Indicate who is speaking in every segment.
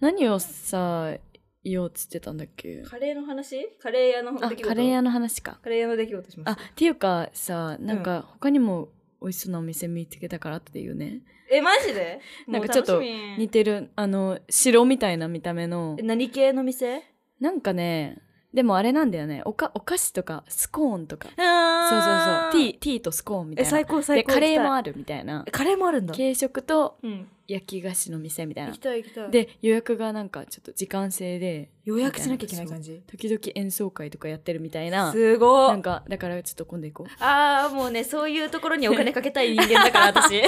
Speaker 1: 何をさ、言おうっつってたんだっけ
Speaker 2: カレーの話カレー屋の
Speaker 1: あ、
Speaker 2: 出来事
Speaker 1: カレー屋の話か。
Speaker 2: カレー屋の出来事します
Speaker 1: あ、っていうかさ、なんか他にも美味しそうなお店見つけたからっていうね。
Speaker 2: えマジで
Speaker 1: なんかちょっと
Speaker 2: もう楽しみ
Speaker 1: 似てる、あの、城みたいな見た目の
Speaker 2: え。何系の店
Speaker 1: なんかね、でもあれなんだよね。おか、お菓子とか、スコーンとか。そうそう
Speaker 2: あ
Speaker 1: そう。
Speaker 2: ー
Speaker 1: ティー、ティーとスコーンみたい
Speaker 2: え
Speaker 1: な。
Speaker 2: 最高最
Speaker 1: で、
Speaker 2: 高
Speaker 1: カレーも
Speaker 2: あ
Speaker 1: あるみたいな。
Speaker 2: カレーもあるんだ
Speaker 1: 軽食と
Speaker 2: うん
Speaker 1: 焼き菓子の店みたい
Speaker 2: 行
Speaker 1: な
Speaker 2: き。たい行きたい
Speaker 1: で、予約がなんかちょっと時間制で、
Speaker 2: 予約しなきゃいけない感
Speaker 1: じ。
Speaker 2: じ
Speaker 1: 時々演奏会とかやってるみたいな。
Speaker 2: すご
Speaker 1: ないんか、だからちょっと今度行こ
Speaker 2: ああもうねそういうところにお金かけたい人間だから 私
Speaker 1: う。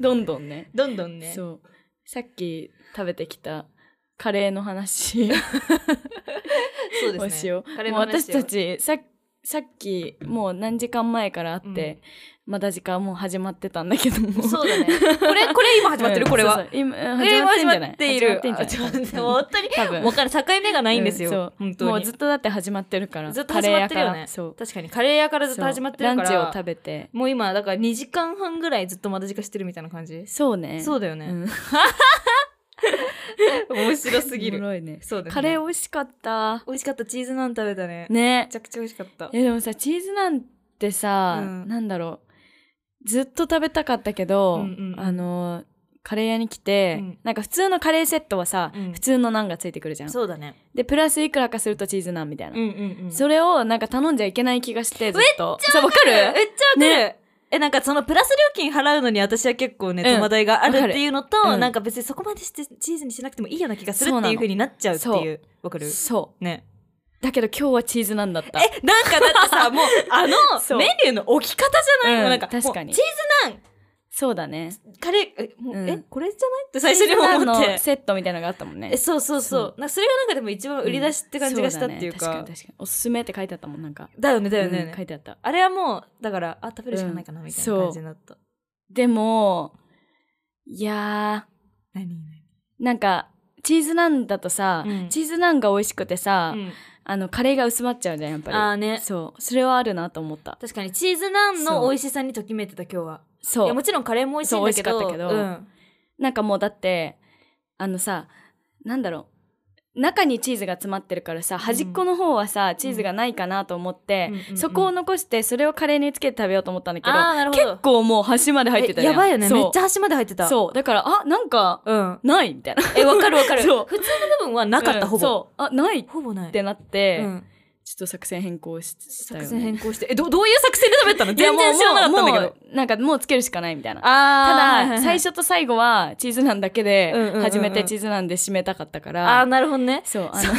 Speaker 1: どんどんね。
Speaker 2: どんどんね
Speaker 1: そう。さっき食べてきたカレーの話
Speaker 2: そう
Speaker 1: をしよう。
Speaker 2: カレー
Speaker 1: も
Speaker 2: の
Speaker 1: う
Speaker 2: 話
Speaker 1: 私
Speaker 2: しよう
Speaker 1: たちささっきもう何時間前から会って、まだ時間もう始まってたんだけども。
Speaker 2: そう だねこれこれ今始まってる
Speaker 1: うん
Speaker 2: これ
Speaker 1: そう
Speaker 2: は
Speaker 1: そう今うん
Speaker 2: え
Speaker 1: 始まってんじゃない
Speaker 2: 始まってい
Speaker 1: 始
Speaker 2: る
Speaker 1: まってんじゃない
Speaker 2: あちょっと本 当に
Speaker 1: 多分
Speaker 2: もうから境目がないんです
Speaker 1: うん
Speaker 2: よ
Speaker 1: そう
Speaker 2: 本
Speaker 1: も
Speaker 2: 当
Speaker 1: う
Speaker 2: に
Speaker 1: ずっとだって始まってるから。
Speaker 2: ずっと始まってるよね
Speaker 1: カレー屋からそう。
Speaker 2: 確かにカレー屋からずっと始まってるか
Speaker 1: そうランチを
Speaker 2: ら
Speaker 1: 食べて。
Speaker 2: もう今だから2時間半ぐらいずっとまだ時間してるみたいな感じ
Speaker 1: そうね。
Speaker 2: そううだよね
Speaker 1: ん
Speaker 2: 面白すぎ
Speaker 1: おも
Speaker 2: る
Speaker 1: ろいね。
Speaker 2: そうだね
Speaker 1: カレー美味しかった。
Speaker 2: 美味しかったチーズナン食べたね
Speaker 1: ね
Speaker 2: めち。ゃくちゃ美味しかった
Speaker 1: えでもさチーズなんてさ、
Speaker 2: うん
Speaker 1: なんだろうずっと食べたかったけど、
Speaker 2: うんうんうん
Speaker 1: あのカレー屋に来て、
Speaker 2: うん
Speaker 1: なんか普通のカレーセットはさ、
Speaker 2: うん
Speaker 1: 普通のナンがついてくるじゃん
Speaker 2: そうだね
Speaker 1: でプラスいくらかするとチーズナンみたいな、
Speaker 2: うんうんうん
Speaker 1: それをなんか頼んじゃいけない気がしてずっとめっちゃわかる
Speaker 2: めっちゃわかる、えなんかそのプラス料金払うのに私は結構ね
Speaker 1: うん
Speaker 2: 戸惑いがあるっ
Speaker 1: わかる
Speaker 2: ていうのと、
Speaker 1: うん
Speaker 2: なんか別にそこまでしてチーズにしなくてもいいような気がする
Speaker 1: そう
Speaker 2: っ
Speaker 1: な
Speaker 2: て
Speaker 1: の
Speaker 2: いう風になっちゃうっていうわかる
Speaker 1: そ
Speaker 2: ね
Speaker 1: うだけど今日はチーズナンだった
Speaker 2: えなんかだってさもうあ
Speaker 1: そ
Speaker 2: の
Speaker 1: う
Speaker 2: メニューの置き方じゃないの、
Speaker 1: うん
Speaker 2: なんか
Speaker 1: 確かに
Speaker 2: もうチーズ
Speaker 1: そうだね
Speaker 2: ナンカレーえもう、
Speaker 1: うん
Speaker 2: えこれじゃないって最初に思っ
Speaker 1: チーズナン
Speaker 2: て
Speaker 1: のセットみたいなのがあったもんね
Speaker 2: えそうそうそう
Speaker 1: そ
Speaker 2: なんかそれがなんかでも一番売り出しって感じがしたっていうか、
Speaker 1: そだね確かに確かにおすすめって書いてあったもんなんか
Speaker 2: だよねだよね、
Speaker 1: うん書いてあった
Speaker 2: あれはもうだからあ食べるしかないかなみたいな感じになった、
Speaker 1: でもいやー
Speaker 2: 何
Speaker 1: なんかチーズナンだとさ、
Speaker 2: うん
Speaker 1: チーズナンが美味しくてさ、
Speaker 2: うん、
Speaker 1: あのカレーが薄まっちゃうじゃんやっぱり
Speaker 2: ああね
Speaker 1: そうそれはあるなと思った
Speaker 2: 確かにチーズナンの
Speaker 1: そう
Speaker 2: 美味しさにときめいてた今日は
Speaker 1: そ
Speaker 2: いや
Speaker 1: う
Speaker 2: もちろんカレーも美味しいんだけど
Speaker 1: そう美味しかったけど
Speaker 2: うん、
Speaker 1: なんかもうだってあのさなんだろう中にチーズが詰まってるからさ端っこの方はさ、チーズがないかなと思って、
Speaker 2: うんうんうん
Speaker 1: そこを残してそれをカレーにつけて食べようと思ったんだけど
Speaker 2: あーなるほど
Speaker 1: 結構もう端まで入ってた
Speaker 2: え
Speaker 1: じゃん
Speaker 2: やばいよね
Speaker 1: そう
Speaker 2: めっちゃ端まで入ってた
Speaker 1: そうだからあなんか
Speaker 2: う、ん、
Speaker 1: ないみたいな
Speaker 2: えわかるわか る
Speaker 1: そう
Speaker 2: 普通の部分はなかった、
Speaker 1: うん
Speaker 2: ほぼ
Speaker 1: そうあないっ
Speaker 2: ほぼない
Speaker 1: てなって、
Speaker 2: うん、
Speaker 1: ちょっと作戦変更ししたよ
Speaker 2: 作
Speaker 1: ね
Speaker 2: 戦変更してえどどういう作戦で食べたの
Speaker 1: いや
Speaker 2: 全然知らなかったんだけ
Speaker 1: もう
Speaker 2: ど
Speaker 1: もうなんかもうつけるしかないみたいなただ、
Speaker 2: あー
Speaker 1: 最初と最後はチーズナンだけで
Speaker 2: うんうんうんうん
Speaker 1: 始めてチーズナンで締めたかったから、
Speaker 2: あーなるほどね
Speaker 1: そうあの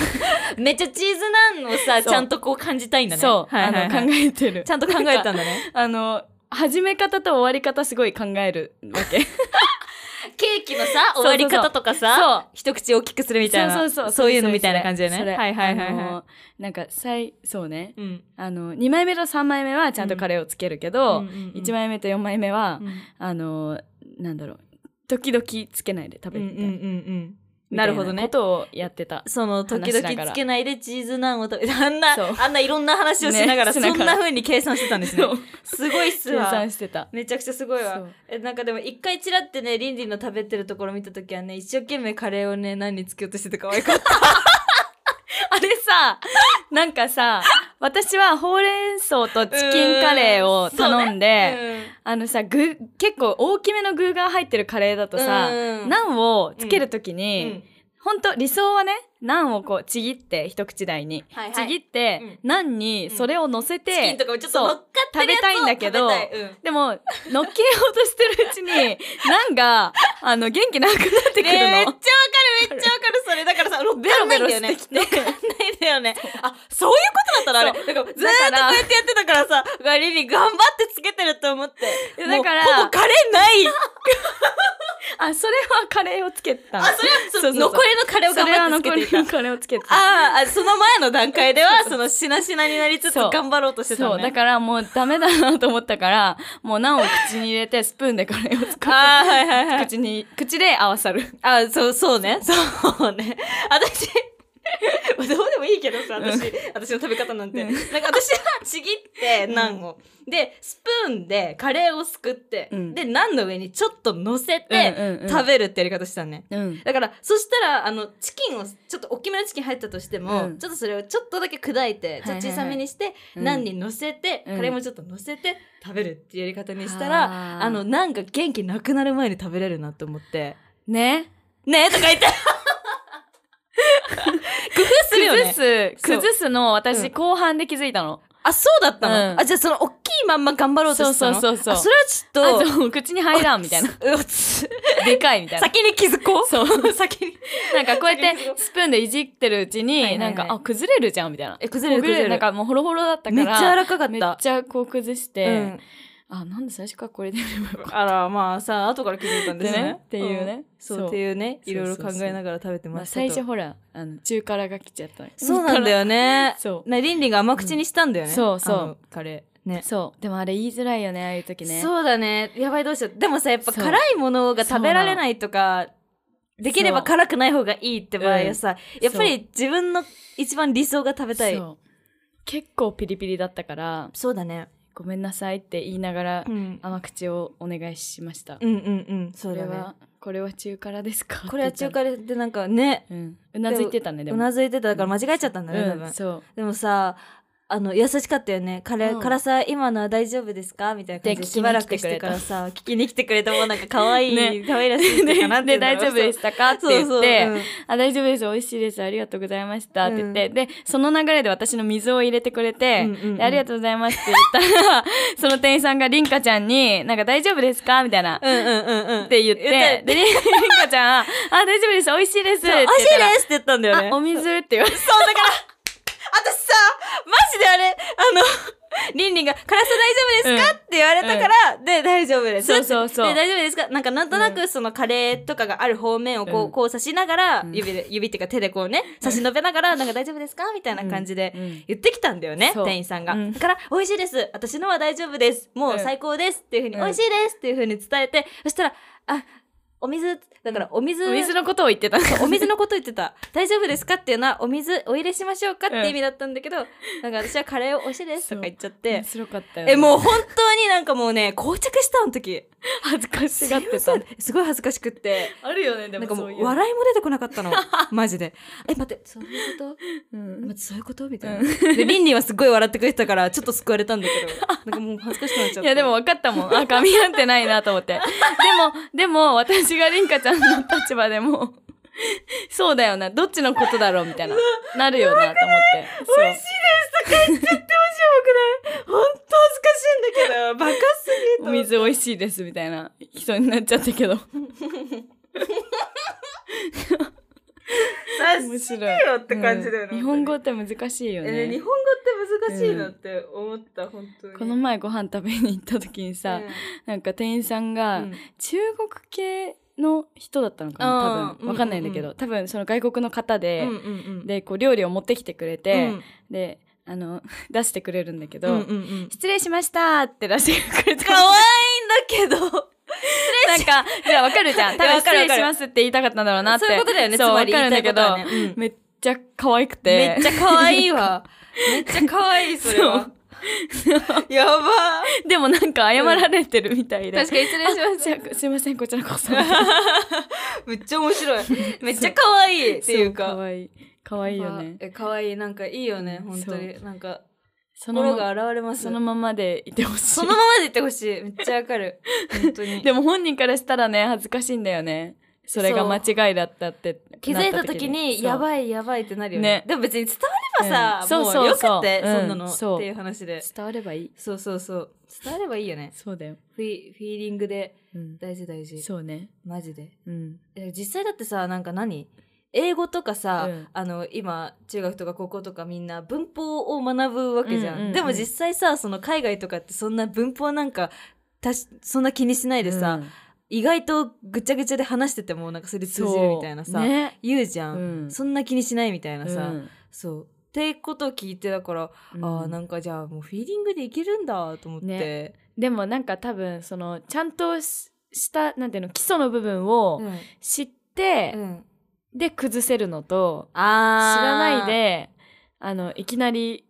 Speaker 2: めっちゃチーズナンをさ
Speaker 1: そう
Speaker 2: ちゃんとこう感じたいんだね
Speaker 1: そう、
Speaker 2: はいはいはい
Speaker 1: あの考えてる
Speaker 2: ちゃんと考えた
Speaker 1: なんか
Speaker 2: だね
Speaker 1: あの始め方と終わり方すごい考えるわけ
Speaker 2: ケーキのさ終わり方とかさ
Speaker 1: そう
Speaker 2: 一口大きくするみたいな
Speaker 1: そうそうそう
Speaker 2: そういうの
Speaker 1: れ
Speaker 2: みたいな感じだ
Speaker 1: そ
Speaker 2: ね
Speaker 1: れ
Speaker 2: はいはいはい
Speaker 1: あ
Speaker 2: は
Speaker 1: のなんかさいそうね
Speaker 2: いうん
Speaker 1: あの2枚目と3枚目はちゃんとカレーをつけるけど、
Speaker 2: うんうんうん
Speaker 1: 1枚目と4枚目は、
Speaker 2: うん
Speaker 1: あのなんだろう時々つけないで食
Speaker 2: う
Speaker 1: べ
Speaker 2: ん
Speaker 1: る
Speaker 2: うん
Speaker 1: みたいな、
Speaker 2: うんうん
Speaker 1: みた
Speaker 2: ないるほどね
Speaker 1: ことをやってた
Speaker 2: その時
Speaker 1: 話しなが
Speaker 2: 々
Speaker 1: ら
Speaker 2: つけないでチーズナンを食べあんな
Speaker 1: そう
Speaker 2: あんないろんな話をしなが
Speaker 1: ね
Speaker 2: ら
Speaker 1: し
Speaker 2: そ
Speaker 1: なが
Speaker 2: ん
Speaker 1: ら
Speaker 2: な風に計算してたんですね
Speaker 1: そう
Speaker 2: すごいっす
Speaker 1: 計
Speaker 2: わ
Speaker 1: 算してた
Speaker 2: めちゃくちゃすごい
Speaker 1: そ
Speaker 2: わ
Speaker 1: う
Speaker 2: えなんかでも一回チラってねリンリンの食べてるところ見た時はね一生懸命カレーをね何につけようとしてて可愛かった
Speaker 1: あれさなんかさ私はほうれん草とチキンカレーを頼んで、あのさ具結構大きめの具が入ってるカレーだとさ、
Speaker 2: うん
Speaker 1: ナンをつけるとき
Speaker 2: う
Speaker 1: に、
Speaker 2: ん
Speaker 1: ほんと理想はねナンをこうちぎって一口大に、
Speaker 2: はいは
Speaker 1: ち
Speaker 2: い
Speaker 1: ぎって、
Speaker 2: うん
Speaker 1: ナンにそれを乗せ
Speaker 2: チキン
Speaker 1: て、
Speaker 2: とかもちょっと乗っかってるやつ
Speaker 1: そう食べ
Speaker 2: を
Speaker 1: たいんだけど
Speaker 2: 食べたいうん
Speaker 1: でも乗っけようとしてるうちに ナンがあの元気なくなってくるの。
Speaker 2: めっちゃわかるめっちゃわかるそれだからさ ベ
Speaker 1: ベロベロ
Speaker 2: よね
Speaker 1: してきて
Speaker 2: 乗っかんないんだよ ねあそういうことだったのあれ
Speaker 1: そ
Speaker 2: だからずーっとこ
Speaker 1: だから
Speaker 2: うやってやってたからさガリに頑張ってつけてると思って
Speaker 1: いやだから
Speaker 2: もうほぼカレーない
Speaker 1: あそれはカレーをつけたの
Speaker 2: あそれは
Speaker 1: そう
Speaker 2: そ
Speaker 1: そうう
Speaker 2: 残りのカレーを
Speaker 1: そ
Speaker 2: 頑
Speaker 1: れは
Speaker 2: 張
Speaker 1: 残
Speaker 2: ってつけ
Speaker 1: り
Speaker 2: てい
Speaker 1: の
Speaker 2: た
Speaker 1: カレーをつけてた。
Speaker 2: あーあその前の段階ではそのしなしなになりつつ
Speaker 1: そう
Speaker 2: 頑張ろうとしてた
Speaker 1: そ
Speaker 2: の
Speaker 1: うだ
Speaker 2: ね
Speaker 1: からもうダメだなと思ったからもうナンを口に入れてスプーンでカレーを使っ
Speaker 2: あーはいはいはい
Speaker 1: て口に口で合わさる
Speaker 2: あ、そう、そうね。そうね。私、どうでもいいけどさ、私、私の食べ方なんて。
Speaker 1: う
Speaker 2: なんか私はちぎってナンを。で、スプーンでカレーをすくって、
Speaker 1: うん
Speaker 2: で、ナンの上にちょっと乗せ
Speaker 1: で、
Speaker 2: て、
Speaker 1: 食
Speaker 2: 食べるってやり方したね。
Speaker 1: べ、うん、
Speaker 2: だから、そしたら、あの、チキンを、ちょっと大きめのチキン入ったとしても、
Speaker 1: うん
Speaker 2: ちょっとそれをちょっとだけ砕いて、ちょっと小さめにして、
Speaker 1: うん
Speaker 2: ナンに乗せて、
Speaker 1: うん
Speaker 2: カレーもちょっと乗せて、食べるっていうやり方にしたら、
Speaker 1: ら
Speaker 2: あの、なんか元気なくなる前に食べれるなと思って。
Speaker 1: ね
Speaker 2: ねえとか言って。工夫するよね。
Speaker 1: 崩す
Speaker 2: そう
Speaker 1: 崩すのを私、
Speaker 2: うん
Speaker 1: 後半で気づいたの
Speaker 2: あ、そうだったの、
Speaker 1: うん
Speaker 2: あ、じゃあその大きいまんま頑張ろうとしてたの
Speaker 1: そうそうそうそう
Speaker 2: あそれはちょっと。
Speaker 1: あと口に入らんみたい な
Speaker 2: うっつ
Speaker 1: でかいみたいな
Speaker 2: 先に気づこう。そう。 先に。
Speaker 1: なんかこうやっ
Speaker 2: 先
Speaker 1: て
Speaker 2: に
Speaker 1: スプーンでいじってるうちに、
Speaker 2: はいはいはい
Speaker 1: なんかあ崩れるじゃんみたいな
Speaker 2: え、崩れる
Speaker 1: ほぐ
Speaker 2: 崩れる。
Speaker 1: なんかもうホロホロだったから
Speaker 2: めっちゃ柔らかかった。
Speaker 1: めっちゃこう崩して、
Speaker 2: うん
Speaker 1: あなんで最初からこれでやればよかっ
Speaker 2: あら、まあさ、後から気づいたん
Speaker 1: たん
Speaker 2: で
Speaker 1: ですす
Speaker 2: ね
Speaker 1: ね。っていうね、
Speaker 2: んそう、っていうね。いろいろ考えながら食べて
Speaker 1: まあ
Speaker 2: ましたと。
Speaker 1: 最初ほらあの中辛が来ちゃった
Speaker 2: そうなんだよね。
Speaker 1: そう
Speaker 2: な、倫理が甘口にしたんだよね。
Speaker 1: うんそうそう
Speaker 2: あの。カレー。ね。
Speaker 1: そうでもあれ言いづらいよねああいう時ねう
Speaker 2: そうだね。やばいどうしよう。でもさ、やっぱ
Speaker 1: そう
Speaker 2: 辛いものが食べられないとか、できれば辛くない方がいいって場合はさ、
Speaker 1: うん
Speaker 2: やっぱり自分の一番理想が食べたい。そう
Speaker 1: そう結構ピリピリだったから
Speaker 2: だね。
Speaker 1: ごめんなさいって言いながら
Speaker 2: うん。
Speaker 1: 甘口をお願いしました、
Speaker 2: うんうんうん。そう
Speaker 1: これ
Speaker 2: だね。
Speaker 1: はこれは中辛ですか
Speaker 2: これは中
Speaker 1: って
Speaker 2: 華でなんかね、
Speaker 1: 言ったのうんうなずいてたねで
Speaker 2: う
Speaker 1: も
Speaker 2: なずいてただから間違えちゃったんだね、多
Speaker 1: う
Speaker 2: 分
Speaker 1: ん、。そう
Speaker 2: でもさ、あの、優しかったよね。カレー、
Speaker 1: うん
Speaker 2: 辛さ、今のは大丈夫ですかみたいな感じで
Speaker 1: で
Speaker 2: しばらくしてからさ、聞きに来てくれたもうなんか可愛い、
Speaker 1: ね
Speaker 2: 可愛らしいっていうか。なん
Speaker 1: で
Speaker 2: て言 う
Speaker 1: 大
Speaker 2: んだろ
Speaker 1: 丈
Speaker 2: う
Speaker 1: 夫でし。たかって言って
Speaker 2: そうそううん
Speaker 1: あ大丈夫です美味しいですありがとうございましたって言って、でその流れで私の水を入れてくれて、
Speaker 2: うんうんうん
Speaker 1: でありがとうございますって言った らその店員さんがりんかちゃんになんか大丈夫ですかみたいな、
Speaker 2: うんうんうんうん。
Speaker 1: って言ってでりんかちゃんはあ大丈夫です美味しいですって
Speaker 2: そう
Speaker 1: 言っ
Speaker 2: 美
Speaker 1: た
Speaker 2: 味しい
Speaker 1: ら
Speaker 2: ですって言ったんだよね。
Speaker 1: あお水って言われて
Speaker 2: そう、だから、私さ、マジであれ、あの、 リンリンが、辛さ大丈夫ですか、
Speaker 1: うん
Speaker 2: って言われたから、で、大丈夫です。
Speaker 1: そうそうそう
Speaker 2: で、大丈夫ですかなんか、なんとな
Speaker 1: う
Speaker 2: く、その、カレーとかがある方面をこう、
Speaker 1: うん
Speaker 2: こう差しながら、
Speaker 1: うん
Speaker 2: 指で、指っていうか手でこうね、差し伸べながら、なんか大丈夫ですかみたいな感じで
Speaker 1: う、ん
Speaker 2: 言ってきたんだよね、
Speaker 1: そう
Speaker 2: 店員さんが。
Speaker 1: うん
Speaker 2: だから、美味しいです。私のは大丈夫です。も
Speaker 1: う
Speaker 2: うん最高です。っていうふうに、
Speaker 1: うん
Speaker 2: 美味しいですっていうふうに伝えて、そしたら、あ、お水、だからお水、
Speaker 1: お水のことを言ってた
Speaker 2: お水のこと言ってた。 大丈夫ですかっていうのは、お水、お入れしましょうかって意味だったんだけど、なんか私はカレーを美味しいですとか言っちゃって
Speaker 1: 面。白かったよ、
Speaker 2: え、もう本当になんかもうね、膠着したあの時。
Speaker 1: 恥ずかしがって
Speaker 2: すい
Speaker 1: た
Speaker 2: ませんすごい恥ずかしくって。
Speaker 1: あるよねで
Speaker 2: なん
Speaker 1: も
Speaker 2: かも
Speaker 1: そういう
Speaker 2: う、笑いも出てこなか ったの。マジで。え、待って、そういうこと
Speaker 1: うん
Speaker 2: 待って、そういうことみたいな。で、リンリンはすごい笑ってくれてたから、ちょっと救われたんだけど。なんかもう恥ずかしくなっちゃった。
Speaker 1: いやでも、分かったもん。あ、噛み合ってないなと思って。でも、でも私がりんかちゃんの立場でも、そうだよな。どっちのことだろうみたいな。なるよなと思って。美味し
Speaker 2: 本当恥ずかしいんだけど、バカすぎ
Speaker 1: お水美味しいですみたいな人になっちゃったけど。面白い。うん日本語って難しいよ
Speaker 2: え日
Speaker 1: ね。
Speaker 2: 本語って難しいなって思った、本当に
Speaker 1: この前ご飯食べに行った時にさ、なんか店員さん
Speaker 2: う
Speaker 1: が、
Speaker 2: ん
Speaker 1: 中国系の人だったのか
Speaker 2: あ
Speaker 1: な多
Speaker 2: ー
Speaker 1: 分。わかんないんだけど、
Speaker 2: うん
Speaker 1: 多分その外国の方で、
Speaker 2: うんうんうん
Speaker 1: で、こう料理を持ってきてくれ
Speaker 2: う
Speaker 1: て、
Speaker 2: ん
Speaker 1: で、あの、 出してくれるんだけど、
Speaker 2: うんうんうん
Speaker 1: 失礼しましたって出してくれた。
Speaker 2: 可愛いんだけど
Speaker 1: なんか、じゃあわかるじゃん。多
Speaker 2: いや
Speaker 1: 分
Speaker 2: わ
Speaker 1: 失
Speaker 2: かるわ
Speaker 1: 礼
Speaker 2: かる
Speaker 1: しますって言いたかったんだろうなって。
Speaker 2: そういうことだよね
Speaker 1: そう、
Speaker 2: つま
Speaker 1: わ
Speaker 2: り
Speaker 1: かるんだけど、
Speaker 2: 言いたいことはねうん
Speaker 1: めっちゃ可愛くて
Speaker 2: めっ。ちゃ可愛い わめっちゃ可愛いそれはやば
Speaker 1: でもなんか謝られてるみたいで。
Speaker 2: 確かに失礼しま
Speaker 1: あじゃあすいません、こちらこ そ。
Speaker 2: めっちゃ面白いめっちゃ可愛いっていう
Speaker 1: そ可
Speaker 2: か
Speaker 1: 愛い。可愛いよね。
Speaker 2: え可愛いなんかいいよね本当
Speaker 1: そ
Speaker 2: になんか
Speaker 1: その
Speaker 2: 心が
Speaker 1: ま
Speaker 2: 現れます
Speaker 1: そのままでいてほしい。
Speaker 2: そのままでいってほしいめっちゃわかる本当に
Speaker 1: でも本人からしたらね、恥ずかしいんだよね。それが間違いだったってなった
Speaker 2: 気づいた時に
Speaker 1: そう
Speaker 2: やばいやばいってなるよね
Speaker 1: ね
Speaker 2: でも別に伝わればさ、
Speaker 1: うん
Speaker 2: もう
Speaker 1: そうそ
Speaker 2: よ
Speaker 1: うそう
Speaker 2: くって、
Speaker 1: うん
Speaker 2: そんなの
Speaker 1: そう
Speaker 2: っていう話で
Speaker 1: 伝わればいい。
Speaker 2: そうそうそう伝わればいいよね
Speaker 1: そうだよ。
Speaker 2: フィフィーリングで
Speaker 1: うん、
Speaker 2: 大事大事
Speaker 1: そうね。
Speaker 2: マジで
Speaker 1: うん。
Speaker 2: え実際だってさなんか何英語とかさ、
Speaker 1: うん
Speaker 2: あの今中学とか高校とかみんな文法を学ぶわけじゃん,、
Speaker 1: うんうんうん
Speaker 2: でも実際さその海外とかってそんな文法なんかたしそんな気にしないでさ、意外とぐちゃぐちゃで話しててもなんかそれ通じるみたいなさ、
Speaker 1: そうね。
Speaker 2: 言うじゃん、
Speaker 1: うん
Speaker 2: そんな気にしないみたいなさ、
Speaker 1: うん
Speaker 2: そう。ってことを聞いてだから、ああなんかじゃあもうフィーリングでいけるんだと思って、
Speaker 1: ねでもなんか多分そのちゃんとししたなんていうの基礎の部分を
Speaker 2: うん
Speaker 1: 知って、
Speaker 2: うん
Speaker 1: で崩せるのと、知
Speaker 2: あ
Speaker 1: らないで、あの、いきなり、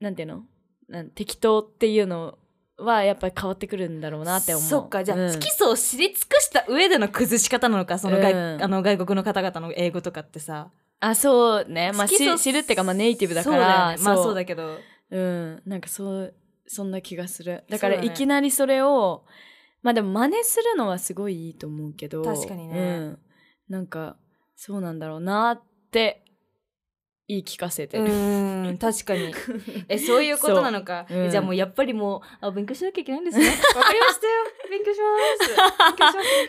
Speaker 1: なんていうのなん適当っていうのは、やっぱり変わってくるんだろうなって思う。
Speaker 2: そっか、じゃあ、
Speaker 1: うん
Speaker 2: 基礎を知り尽くした上での崩し方なのか、その外,、
Speaker 1: うん
Speaker 2: あの外国の方々の英語とかってさ。
Speaker 1: あ、そうね。まあ、
Speaker 2: 好きそう
Speaker 1: し知るっていうか、まあ、ネイティブだ
Speaker 2: そ
Speaker 1: か
Speaker 2: うだよ
Speaker 1: ら。
Speaker 2: ねまあそうだけど。
Speaker 1: うん。なんかそう、そんな気がする。だから、
Speaker 2: そうだ
Speaker 1: い
Speaker 2: ね
Speaker 1: きなりそれを、まあでも真似するのはすごいいいと思うけど。
Speaker 2: 確かにね
Speaker 1: うん。なんか、そうなんだろうなって、言い聞かせて
Speaker 2: う
Speaker 1: る。
Speaker 2: ーん、確 かに。え、そういうことなのか。
Speaker 1: そううん
Speaker 2: えじゃあもうやっぱりもう、あ、勉強しなきゃいけないん ですね。わかりましたよ。勉強します。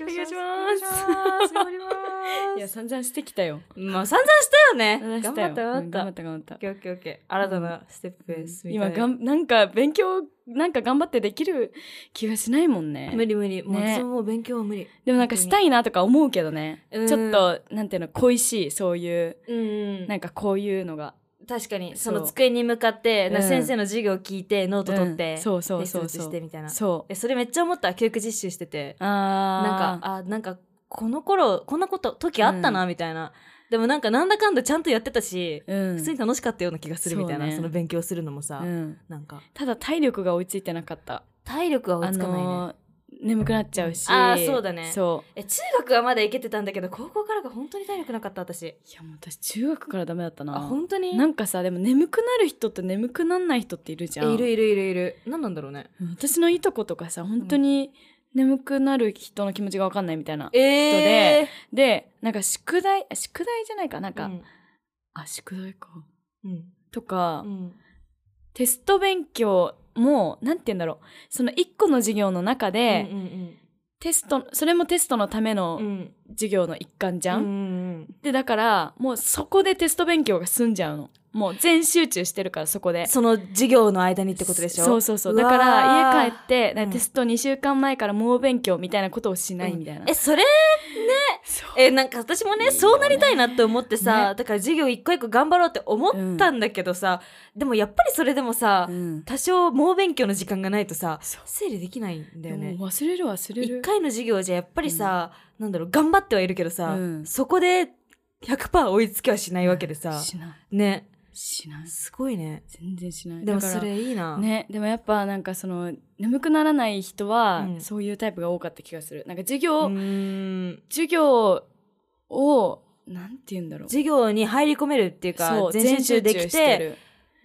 Speaker 2: 勉強します。勉強 します。頑張り
Speaker 1: い
Speaker 2: ま
Speaker 1: や、
Speaker 2: す。
Speaker 1: 散々してきたよ。
Speaker 2: まあ散々したよね。
Speaker 1: 話
Speaker 2: 頑
Speaker 1: した
Speaker 2: 張
Speaker 1: よ
Speaker 2: った、頑張
Speaker 1: う
Speaker 2: っ
Speaker 1: ん
Speaker 2: た。
Speaker 1: 頑
Speaker 2: オ
Speaker 1: 張
Speaker 2: ッ
Speaker 1: った頑張った
Speaker 2: ケーオッケーオッケー。新たなステップです。
Speaker 1: 今がんなんか勉強なんか頑張ってできる気がしないもん
Speaker 2: 無
Speaker 1: ね
Speaker 2: 理無理。もう、
Speaker 1: ね
Speaker 2: 私ももう勉強は無理。
Speaker 1: でもなんかしたいなとか思うけどねち
Speaker 2: うん
Speaker 1: ょっとなんていうの恋しいそういう
Speaker 2: うん
Speaker 1: なんかこういうのが
Speaker 2: 確かに
Speaker 1: そ
Speaker 2: そうの机に向かって、
Speaker 1: う
Speaker 2: な
Speaker 1: ん
Speaker 2: 先生の授業を聞いてノート取って、
Speaker 1: うんそうそうそう
Speaker 2: レッスン
Speaker 1: そ
Speaker 2: して
Speaker 1: う
Speaker 2: みたいな
Speaker 1: そ
Speaker 2: えそれめっちゃ思った教育実習してて
Speaker 1: うあー
Speaker 2: なんかあなんかこの頃こんなこと時あったな、みたいなでもなんかなんだかんだちゃんとやってたし、
Speaker 1: うん
Speaker 2: 普通に楽しかったような気がするみたいな
Speaker 1: そう
Speaker 2: そ,、
Speaker 1: ね
Speaker 2: の勉強するのもさ、
Speaker 1: うん
Speaker 2: なんか
Speaker 1: ただ体力が追いついてなかった
Speaker 2: 体力は追い
Speaker 1: あ
Speaker 2: つかないね、
Speaker 1: のー眠くなっちゃうし
Speaker 2: あーそうだね
Speaker 1: そう
Speaker 2: え中学はまだいけてたんだけど高校からが本当に体力なかった私
Speaker 1: いやもう私中学からダメだった
Speaker 2: あ
Speaker 1: な
Speaker 2: 本当に
Speaker 1: なんかさでも眠くなる人と眠くなんない人っているじゃん
Speaker 2: えいるいるいるいる何なんだろうね
Speaker 1: 私のいとことかさ本当に眠くなる人の気持ちが分かんないみたいな。
Speaker 2: え
Speaker 1: でなんか宿題あ宿題じゃないかなん
Speaker 2: ー、
Speaker 1: か、あ宿題か
Speaker 2: うん
Speaker 1: とか、
Speaker 2: うん
Speaker 1: テスト勉強もなんて言うんだろうその1個の授業の中で、
Speaker 2: うんうん
Speaker 1: テストそれもテストのため
Speaker 2: うんう
Speaker 1: の
Speaker 2: ん
Speaker 1: 授業の一環じゃん。
Speaker 2: うんうん
Speaker 1: でだからもうそこでテスト勉強が済んじゃうの。もう全集中してるからそこで。
Speaker 2: その授業の間にってことでしょ
Speaker 1: そうそうそう
Speaker 2: うわ
Speaker 1: だ
Speaker 2: ー
Speaker 1: から家帰ってだから
Speaker 2: うん
Speaker 1: テスト2週間前から猛勉強みたいなことをしないみたいな、
Speaker 2: えそれ
Speaker 1: そう
Speaker 2: えなんか私もねそうなりたいなって思ってさ、だから授業一個一個頑張ろうって思ったんだけどさ、でもやっぱりそれでもさ、
Speaker 1: うん
Speaker 2: 多少猛勉強の時間がないとさ
Speaker 1: そう
Speaker 2: 整理できないんだよね
Speaker 1: もう忘れる忘れ
Speaker 2: 一
Speaker 1: る
Speaker 2: 回の授業じゃやっぱりさ、なんだろう頑張ってはいるけどさ、
Speaker 1: うん
Speaker 2: そこで100%追いつきはしないわけでさ、
Speaker 1: しない
Speaker 2: ね
Speaker 1: しない
Speaker 2: すごいね
Speaker 1: 全然しない
Speaker 2: でも
Speaker 1: だから
Speaker 2: それいいな、
Speaker 1: ねでもやっぱなんかその眠くならない人は、
Speaker 2: うん
Speaker 1: そういうタイプが多かった気がするなんか授
Speaker 2: う
Speaker 1: 業、
Speaker 2: ーん
Speaker 1: 授業をなんて言うんだろう
Speaker 2: 授業に入り込めるっていうか
Speaker 1: そう
Speaker 2: 全集中でき
Speaker 1: 全集中してる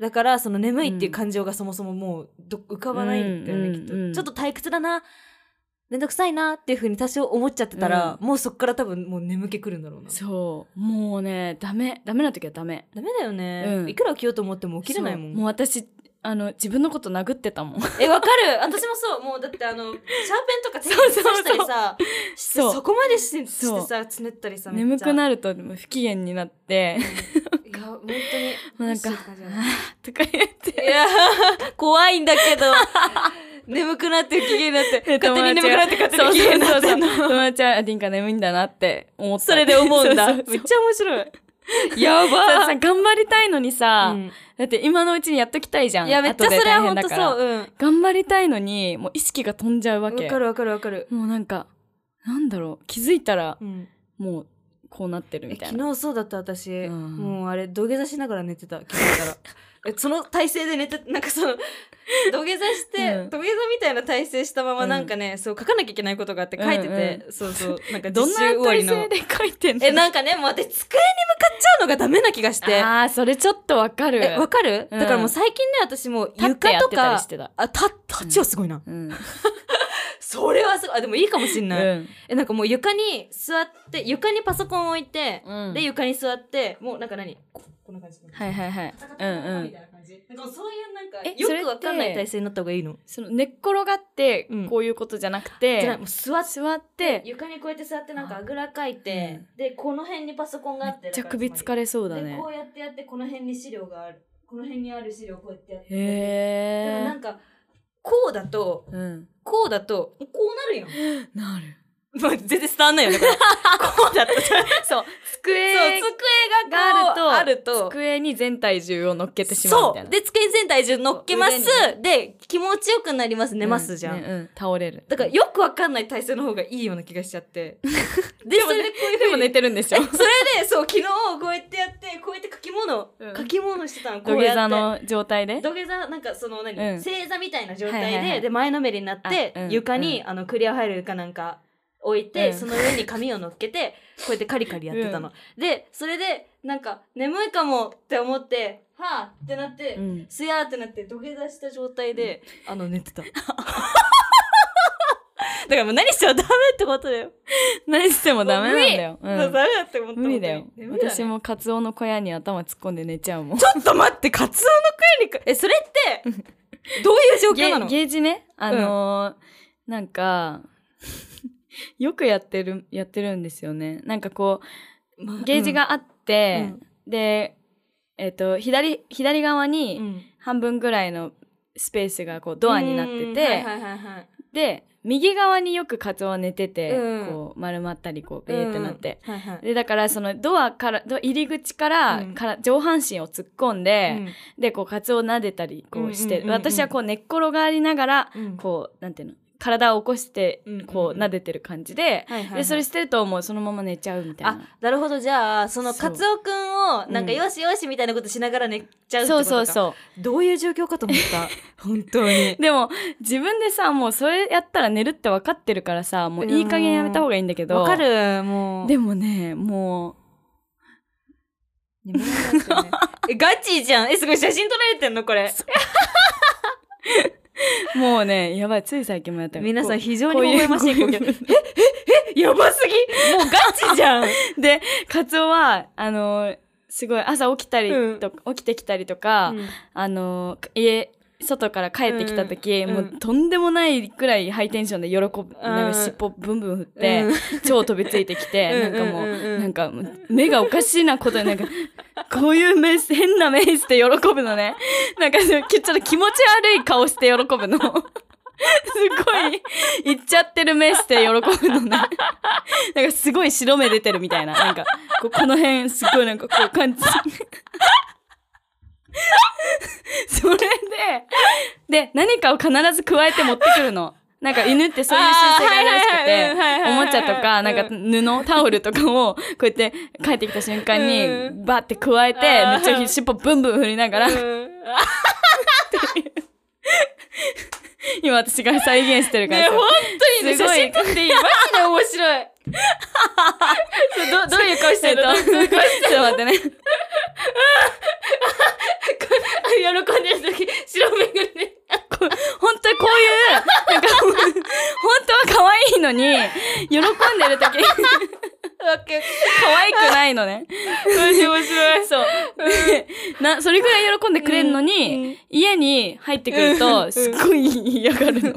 Speaker 2: だからその眠いっていう感情がそもそももうど浮かばないんだよね、
Speaker 1: うん
Speaker 2: きっと、
Speaker 1: うんうん
Speaker 2: ちょっと退屈だなめんどくさいなっていうふうに多少思っちゃってたら、もうそっから多分もう眠気くるんだろうな
Speaker 1: そうもうねダメダメな時はダメ
Speaker 2: ダメだよね、
Speaker 1: うん
Speaker 2: いくら起きようと思っても起きれないも
Speaker 1: そ
Speaker 2: ん
Speaker 1: うもう私あの自分のこと殴ってたもん
Speaker 2: えわかる私もそうもうだってあのシャーペンとか手に
Speaker 1: そうそう
Speaker 2: 刺
Speaker 1: そう
Speaker 2: したりさして
Speaker 1: そう
Speaker 2: そこまでして
Speaker 1: そう
Speaker 2: してさつねったりさめっ
Speaker 1: 眠
Speaker 2: ちゃ
Speaker 1: くなるともう不機嫌にな って
Speaker 2: いや本当に
Speaker 1: もうなんか
Speaker 2: どうしようって感じだね
Speaker 1: 「とか言って
Speaker 2: いや ー怖いんだけど眠くなって不機嫌にな って勝手に眠くなって勝手に不機嫌に なってんの
Speaker 1: そうそうそう友達はあ「リンカ眠いんだな」って思った
Speaker 2: それで思うんだ
Speaker 1: そうそう
Speaker 2: めっちゃ面白 いや
Speaker 1: だっ
Speaker 2: ば
Speaker 1: てさ頑張りたいのにさ、
Speaker 2: うん
Speaker 1: だって今のうちにやっときたいじゃん
Speaker 2: いやめっちゃ
Speaker 1: 後
Speaker 2: そ
Speaker 1: で
Speaker 2: れは
Speaker 1: 大
Speaker 2: 本
Speaker 1: 変だ
Speaker 2: 当
Speaker 1: か
Speaker 2: そ
Speaker 1: ら
Speaker 2: ううん
Speaker 1: 頑張りたいのにもう意識が飛んじゃうわ
Speaker 2: わ
Speaker 1: け
Speaker 2: かるわかるわかる、
Speaker 1: もうなんかなんだろう気づいたら
Speaker 2: うん
Speaker 1: もうこうなってる
Speaker 2: え
Speaker 1: みたい
Speaker 2: 昨
Speaker 1: な
Speaker 2: 日そうだった私、
Speaker 1: うん
Speaker 2: もうあれ土下座しながら寝てた気づいたら えその体勢で寝てなん かその土下座して、
Speaker 1: うん
Speaker 2: 土下座みたいな体勢したま
Speaker 1: う
Speaker 2: ま
Speaker 1: ん
Speaker 2: なんかね、そう書かなきゃいけないことがあって書いてて、
Speaker 1: う
Speaker 2: そうそうな んか
Speaker 1: ど
Speaker 2: 実
Speaker 1: ん
Speaker 2: 習
Speaker 1: な
Speaker 2: 終わり
Speaker 1: 体
Speaker 2: の
Speaker 1: 勢で書いてんの
Speaker 2: えなんかねもう私机に向かっちゃうのがダメな気がして
Speaker 1: あーそれちょっとわかる
Speaker 2: えわかる、
Speaker 1: うん
Speaker 2: だからもう最近ね私もう
Speaker 1: 立って
Speaker 2: 床
Speaker 1: やっ
Speaker 2: と
Speaker 1: てたり
Speaker 2: か
Speaker 1: してた
Speaker 2: あた立ちはすごいな、
Speaker 1: うん、
Speaker 2: それはすごいあでもいいかもしん
Speaker 1: う
Speaker 2: ない、
Speaker 1: ん
Speaker 2: えなんかもう床に座って床にパソコン置いて、
Speaker 1: うん
Speaker 2: で床に座ってもうなんか何ここんな感じ
Speaker 1: はいはいはい
Speaker 2: カタカ
Speaker 1: う
Speaker 2: タカ
Speaker 1: ん
Speaker 2: タカタ
Speaker 1: う
Speaker 2: み
Speaker 1: ん
Speaker 2: たいな感じ、なんかそういうなんか
Speaker 1: えそれって
Speaker 2: よくわかんない体勢になった方がいいの
Speaker 1: その寝っ転がって
Speaker 2: うん
Speaker 1: こういうことじゃなく
Speaker 2: じ
Speaker 1: て、
Speaker 2: ゃないもう座って
Speaker 1: 座って
Speaker 2: 床にこうやって座ってなんかあぐらかいて、でこの辺にパソコンがあって
Speaker 1: めっちゃ首疲れそうだ
Speaker 2: で
Speaker 1: ね
Speaker 2: こうやってやってこの辺に資料があるこの辺にある資料をこうやってやってでもな
Speaker 1: へ
Speaker 2: んかこうだと
Speaker 1: え、うん、
Speaker 2: こうだとこうなる やん。
Speaker 1: なる
Speaker 2: まあ、全然伝わんないよね。これこうだと。そう。
Speaker 1: 机
Speaker 2: 机が
Speaker 1: があると
Speaker 2: あると
Speaker 1: 机に全体重を乗っけてしまうみ
Speaker 2: そ
Speaker 1: たいな
Speaker 2: う。で、机に全体重乗っけます
Speaker 1: 腕。
Speaker 2: で、気持ちよくなります。寝ますじゃ。
Speaker 1: うんねうん倒れる
Speaker 2: だから、よくわかんない体勢の方がいいような気がしちゃって。 で、それ でこういうふう
Speaker 1: で
Speaker 2: に
Speaker 1: も寝てるんでし
Speaker 2: え
Speaker 1: ょ
Speaker 2: それで、そう、昨日こうやってやって、こうやって書き物、
Speaker 1: うん
Speaker 2: 書き物してたの、こ
Speaker 1: 土
Speaker 2: うや
Speaker 1: 下座
Speaker 2: って。
Speaker 1: の状態で
Speaker 2: 土下座、なんかその何、
Speaker 1: うん
Speaker 2: 正座みたいな状態で、
Speaker 1: はいはいはい
Speaker 2: で、前のめりになって、
Speaker 1: あうん
Speaker 2: 床に、あの、クリアファイルかなんか置いて、
Speaker 1: うん
Speaker 2: その上に紙を乗っけて、こうやってカリカリやってたの。で、それで、なんか、眠いかもって思って、はぁってなって、
Speaker 1: うん
Speaker 2: すやーってなって土下座した状態で、あの、寝 てた。だからもう何しちゃダメってことだよ。
Speaker 1: 何してもダメなんだよ
Speaker 2: もう
Speaker 1: うん
Speaker 2: 無理だって思った。
Speaker 1: 無理だよ
Speaker 2: 本当に無理だね
Speaker 1: 私もカツオの小屋に頭突っ込んで寝ちゃうもん
Speaker 2: ちょっと待って、カツオの声にか、え、それって、 どういう状況なの
Speaker 1: ゲゲージねあのーなんか よくやってるやってるんですよねなんかこうゲージ、があって、でえっ、と左左側
Speaker 2: うん
Speaker 1: に半分ぐらいのスペースがこうドアになってて、
Speaker 2: うんはいはいはいはい
Speaker 1: で右側によくカツオは寝てて、
Speaker 2: うん
Speaker 1: こう丸まったりこうベーってなって、、
Speaker 2: うんはいはい
Speaker 1: でだからそのドアからド入り口から,、
Speaker 2: うん
Speaker 1: から上半身を突っ込んで、でこうカツオを撫でたりこうして、
Speaker 2: うんうんうんうん
Speaker 1: 私はこう寝っ転がりながら
Speaker 2: うん
Speaker 1: こうなんていうの体を起こして
Speaker 2: うんうんうん
Speaker 1: こう撫でてる感じで,、
Speaker 2: はいはいはい
Speaker 1: でそれしてるともうそのまま寝ちゃうみたい
Speaker 2: あ
Speaker 1: な。
Speaker 2: なるほどじゃあその
Speaker 1: そう
Speaker 2: カツオくんをなんか
Speaker 1: うん
Speaker 2: よしよしみたいなことしながら寝ちゃうって
Speaker 1: そ
Speaker 2: こ
Speaker 1: う
Speaker 2: とか
Speaker 1: そうそう
Speaker 2: どういう状況かと思った 本当に
Speaker 1: うでも自分でさもうそれやったら寝るって分かってるからさもういい加減やめた方がいいんだけど
Speaker 2: わかるもう
Speaker 1: でもねもう
Speaker 2: 眠れないですよね えガチじゃんえすごい写真撮られてんのこれ
Speaker 1: もうね、やばい、つい最近もやったよ
Speaker 2: 皆さん
Speaker 1: こ
Speaker 2: 非常
Speaker 1: こう
Speaker 2: に
Speaker 1: いう
Speaker 2: 微笑ましい光景
Speaker 1: こういう
Speaker 2: えやばすぎもうガチじゃん
Speaker 1: うで、カツオは、あのーすごい、朝起きたりと、起きてきたりとか、あのー家、外から帰ってきた時、
Speaker 2: うん
Speaker 1: もうとんでもないくらいハイテンションで喜ぶ、なんか尻尾ブンブン振って、超飛びついてきて、
Speaker 2: うん
Speaker 1: なんかもう、
Speaker 2: うんうんうん
Speaker 1: なんかもう目がおかしいなことになんか、こういう目、変な目して喜ぶのね。なんか、ちょっと気持ち悪い顔して喜ぶの。す ごい、いっちゃってる目して喜ぶのね。なんかすごい白目出てるみたいな。なんか、ここの辺すごいなんかこう感じ。 それで、で、何かを必ず加えて持ってくるの。なんか犬ってそういう習性があるらしくて
Speaker 2: あーはいはいはいは、い
Speaker 1: おもちゃとか、なんか布、タオルとかを、こうやって帰ってきた瞬間
Speaker 2: う
Speaker 1: に、バーって加えて、めっちゃ尻尾ブンブン振りながら、
Speaker 2: うん
Speaker 1: 今私が再現してる感じ。
Speaker 2: ね本当にね
Speaker 1: すごい
Speaker 2: 写真撮っていいマジで 面白いそうどどういう顔して
Speaker 1: えっ
Speaker 2: る
Speaker 1: と、
Speaker 2: の、
Speaker 1: ちょっと待ってね。
Speaker 2: 喜んでる時白目ぐらい
Speaker 1: こう本当にこういう、なんか、本当は可愛いのに、喜んでる時、
Speaker 2: わけ
Speaker 1: 可愛くないのね。
Speaker 2: マジ面白い
Speaker 1: そう。でな、それぐらい喜んでくれるの
Speaker 2: うんう
Speaker 1: に
Speaker 2: ん、
Speaker 1: 家に入ってくると、すっごい嫌がるの。え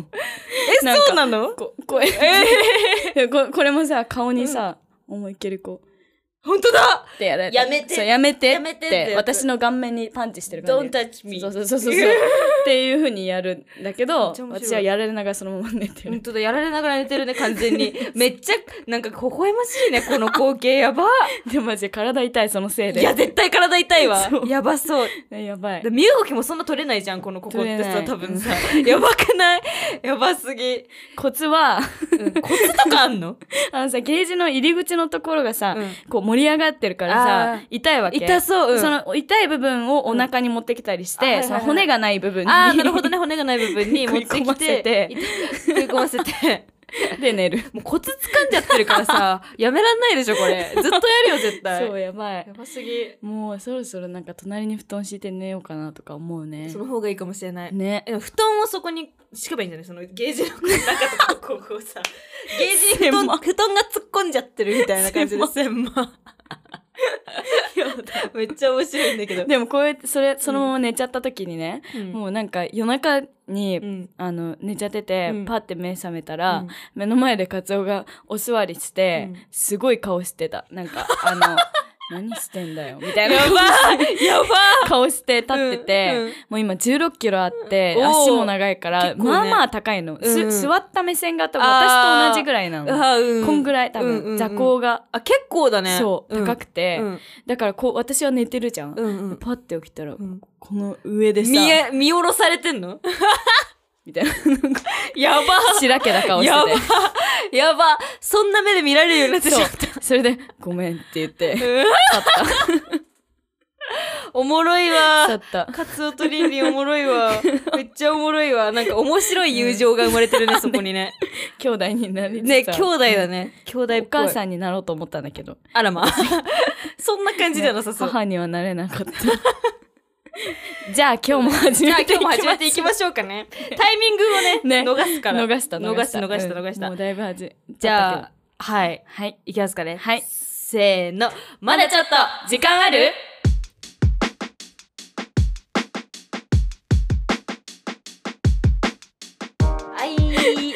Speaker 2: えそうなの
Speaker 1: ここえここれもさ、顔にさ、思いっきりこう、
Speaker 2: 本当だ
Speaker 1: ってやられ
Speaker 2: やめて
Speaker 1: そうやめて
Speaker 2: やめてってやつ
Speaker 1: 私の顔面にパンチしてる感じ
Speaker 2: Don't touch me
Speaker 1: そうそうそうそうそうっていうふうにやるんだけ
Speaker 2: め
Speaker 1: ど
Speaker 2: っちゃ面白い
Speaker 1: 私はやられながらそのまま寝て
Speaker 2: 本
Speaker 1: る
Speaker 2: 当だやられながら寝てるね完全 にめっちゃなんか微笑ましいねこの光景やば
Speaker 1: でマジで体痛いそのせいで
Speaker 2: いや絶対体痛いわ
Speaker 1: そう
Speaker 2: やばそう
Speaker 1: ねやばい
Speaker 2: で身動きもそんな取れないじゃんこのここって
Speaker 1: 取れな
Speaker 2: さ
Speaker 1: い
Speaker 2: 多分さやばくないやばすぎ、
Speaker 1: コツは
Speaker 2: うん、 コツとかあんの
Speaker 1: あのさゲージの入り口のところがさ、
Speaker 2: うん
Speaker 1: こう盛り上がってるから
Speaker 2: あ
Speaker 1: さ
Speaker 2: ー
Speaker 1: 痛いわけ
Speaker 2: 痛そう、うん
Speaker 1: その痛い部分をお腹に持ってきたりし
Speaker 2: うんあはい
Speaker 1: て、そ
Speaker 2: はいは
Speaker 1: の
Speaker 2: い
Speaker 1: 骨がない部分に
Speaker 2: ああなるほどね骨がない部 分に持
Speaker 1: 食
Speaker 2: っ
Speaker 1: い込
Speaker 2: て
Speaker 1: ま
Speaker 2: き
Speaker 1: せ
Speaker 2: て
Speaker 1: て
Speaker 2: 食い込ませて
Speaker 1: で 寝る
Speaker 2: もうコツ掴んじゃってるから さやめらんないでしょこれずっとやるよ絶対
Speaker 1: そうやばい
Speaker 2: やばすぎ
Speaker 1: もうそろそろなんか隣に布団敷いて寝ようかなとか思うね
Speaker 2: その方がいいかもしれない
Speaker 1: ね
Speaker 2: え布団をそこに敷けばいいんじゃないそのゲージの中とかこうこうさ ゲージに布
Speaker 1: 狭
Speaker 2: 団布団が突っ込んじゃってるみたいな感じ で千万めっちゃ面白いんだけど、
Speaker 1: でもこうやってそれそのまま寝ちゃった時にね、
Speaker 2: も
Speaker 1: もうなんか夜中に、
Speaker 2: う、うん
Speaker 1: あの寝ちゃってて、
Speaker 2: うん
Speaker 1: パッて目覚めたら、
Speaker 2: うん
Speaker 1: 目の前でカツオがお座りして、
Speaker 2: うん
Speaker 1: すごい顔してたなんかあの何してんだよ、みたい
Speaker 2: や
Speaker 1: な
Speaker 2: ばい やば
Speaker 1: 顔して立ってて、
Speaker 2: うんうん
Speaker 1: もう今16キロあって、
Speaker 2: うんおー
Speaker 1: 足も長いから、
Speaker 2: 結構ね
Speaker 1: まあまあ高いの、す
Speaker 2: うんうん
Speaker 1: 座った目線が多分私と同じぐらいなの。
Speaker 2: あうん
Speaker 1: こんぐらい多
Speaker 2: うんうんう
Speaker 1: 分、
Speaker 2: ん
Speaker 1: 座高が、
Speaker 2: あ結構だね
Speaker 1: そう、高くて、
Speaker 2: うん
Speaker 1: だからこう、私は寝てるじゃん。
Speaker 2: うんうん
Speaker 1: パッて起きたら、
Speaker 2: うん
Speaker 1: この上でさ、
Speaker 2: 見え見下ろされてんの
Speaker 1: みたいな、
Speaker 2: やば
Speaker 1: 白けた顔して
Speaker 2: や
Speaker 1: て。
Speaker 2: やばそんな目で見られるようになってし
Speaker 1: そ
Speaker 2: ま
Speaker 1: う
Speaker 2: っ。
Speaker 1: それで、ごめんって言って、
Speaker 2: たおもろい
Speaker 1: 去
Speaker 2: わ
Speaker 1: った。
Speaker 2: カツオとリンリンおもろいわ めっちゃおもろいわなんか面白い友情が生まれてるねそこ にね
Speaker 1: 兄弟になりつつあ
Speaker 2: ね
Speaker 1: る
Speaker 2: 兄弟だね兄弟っぽい
Speaker 1: お母さんになろうと思ったんだけど、
Speaker 2: あらま そんな感じじゃなさそう、
Speaker 1: 母にはなれなかった じゃあ今日も始
Speaker 2: じゃあ
Speaker 1: めて
Speaker 2: 今
Speaker 1: い
Speaker 2: 日
Speaker 1: きまし
Speaker 2: も
Speaker 1: ょ
Speaker 2: 始
Speaker 1: う
Speaker 2: めていきましょう かねタイミングをね
Speaker 1: ね
Speaker 2: 逃すから
Speaker 1: 逃した
Speaker 2: 逃した逃した逃した
Speaker 1: うんもうだいぶ始め
Speaker 2: じゃあ
Speaker 1: あ
Speaker 2: はい
Speaker 1: はい
Speaker 2: いきますかね
Speaker 1: はい
Speaker 2: せーのまだちょっと
Speaker 1: 時間ある
Speaker 2: あい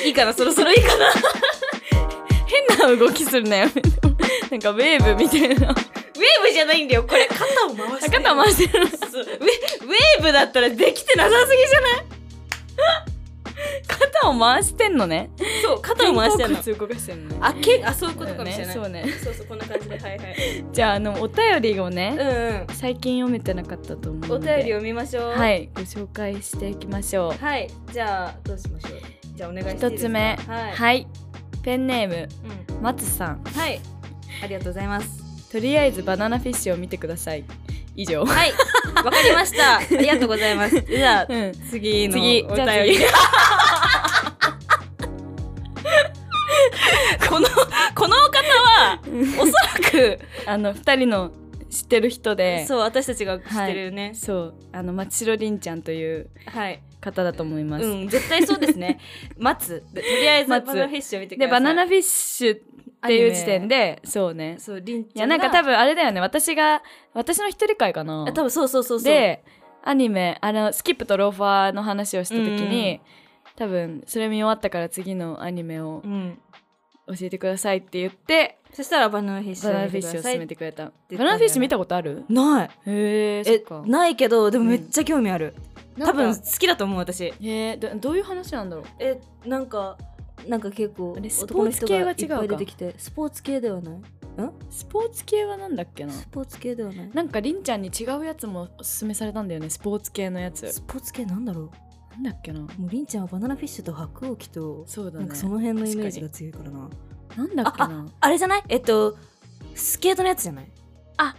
Speaker 2: いいかなそろそろいいかな
Speaker 1: 変な動きするな よなんかウェーブみたいな
Speaker 2: ウェーブじゃないんだよこれ肩を回してる
Speaker 1: 肩回してる
Speaker 2: そうウェウェーブだったらできてなさすぎじゃない
Speaker 1: 肩を回してんのね
Speaker 2: そう肩を回してるの
Speaker 1: 肩甲骨動かしてんのね
Speaker 2: あけあそういうことかもしれない、
Speaker 1: そうね
Speaker 2: そうそうこんな感じではいはい
Speaker 1: じゃああのお便りをね、
Speaker 2: うんうん
Speaker 1: 最近読めてなかったと思うの
Speaker 2: お
Speaker 1: で
Speaker 2: 便りを見ましょう
Speaker 1: はいご紹介していきましょう
Speaker 2: はいじゃあどうしましょうじゃあお願いしていいです
Speaker 1: 一
Speaker 2: か
Speaker 1: つ目
Speaker 2: はい、
Speaker 1: はい、ペンネーム
Speaker 2: うん
Speaker 1: 松さん
Speaker 2: はい。ありがとうございます。
Speaker 1: とりあえずバナナフィッシュを見てください以上
Speaker 2: はい。わかりました。ありがとうござい ます。じゃあ、
Speaker 1: うん
Speaker 2: 次の
Speaker 1: 次
Speaker 2: お
Speaker 1: じ
Speaker 2: 便
Speaker 1: ゃあ
Speaker 2: り。この、このお方は、おそらく、
Speaker 1: あの二人の知ってる人で
Speaker 2: そう、私たちが知ってるね。
Speaker 1: そうあの松代凛ちゃんという
Speaker 2: はい。
Speaker 1: 方だと思います、
Speaker 2: うん、絶対そうですね。待つ。とりあえず、バ
Speaker 1: 待つ
Speaker 2: ナナフィッシュを見てくだ
Speaker 1: で
Speaker 2: さい。
Speaker 1: バナナ
Speaker 2: っ
Speaker 1: フィッシュっていう時点。でそうね
Speaker 2: そう、りん
Speaker 1: い
Speaker 2: ちゃ
Speaker 1: や
Speaker 2: ん
Speaker 1: な
Speaker 2: が。
Speaker 1: んか多
Speaker 2: 分、
Speaker 1: 分あれだよね私が私の一人会かな
Speaker 2: 多分そうそうそうそう。、
Speaker 1: でアニメあのスキップとローファーの話をした時に、多分それ見終わったから次のアニメを
Speaker 2: うん。
Speaker 1: 教えてくださいって言って、
Speaker 2: そしたらバナナフィッシュ
Speaker 1: バナナ
Speaker 2: を
Speaker 1: フィ
Speaker 2: 見て
Speaker 1: ッシュ
Speaker 2: くだ
Speaker 1: を
Speaker 2: さ
Speaker 1: 勧め
Speaker 2: い。
Speaker 1: てくれた
Speaker 2: 言ったんだよね
Speaker 1: バナナフィッシュ見たことある
Speaker 2: ない。
Speaker 1: へえそっ
Speaker 2: え
Speaker 1: か
Speaker 2: ないけどでも
Speaker 1: うん
Speaker 2: めっちゃ興味ある、
Speaker 1: なん
Speaker 2: 多
Speaker 1: か
Speaker 2: 分好きだと思う私
Speaker 1: へえどどういう話なんだろう
Speaker 2: えなんかなんか結構
Speaker 1: あれ
Speaker 2: 男の人
Speaker 1: スポーツ
Speaker 2: が
Speaker 1: 系
Speaker 2: い
Speaker 1: は
Speaker 2: っぱ
Speaker 1: 違
Speaker 2: いう
Speaker 1: か
Speaker 2: 出てきてスポーツ系ではない
Speaker 1: スポーツ系はなんだっけな
Speaker 2: スポーツ系ではない
Speaker 1: なんかりんちゃんに違うやつもおすすめされたんだよねスポーツ系のやつ
Speaker 2: スポーツ系なんだろ
Speaker 1: なんだっけな
Speaker 2: うもうりんちゃんはバナナフィッシュと白鸚記と
Speaker 1: そうだ
Speaker 2: な
Speaker 1: ね
Speaker 2: んかその辺のイメージが強いからな
Speaker 1: なんだっけな
Speaker 2: あれじゃないえっとスケートのやつじゃない
Speaker 1: あ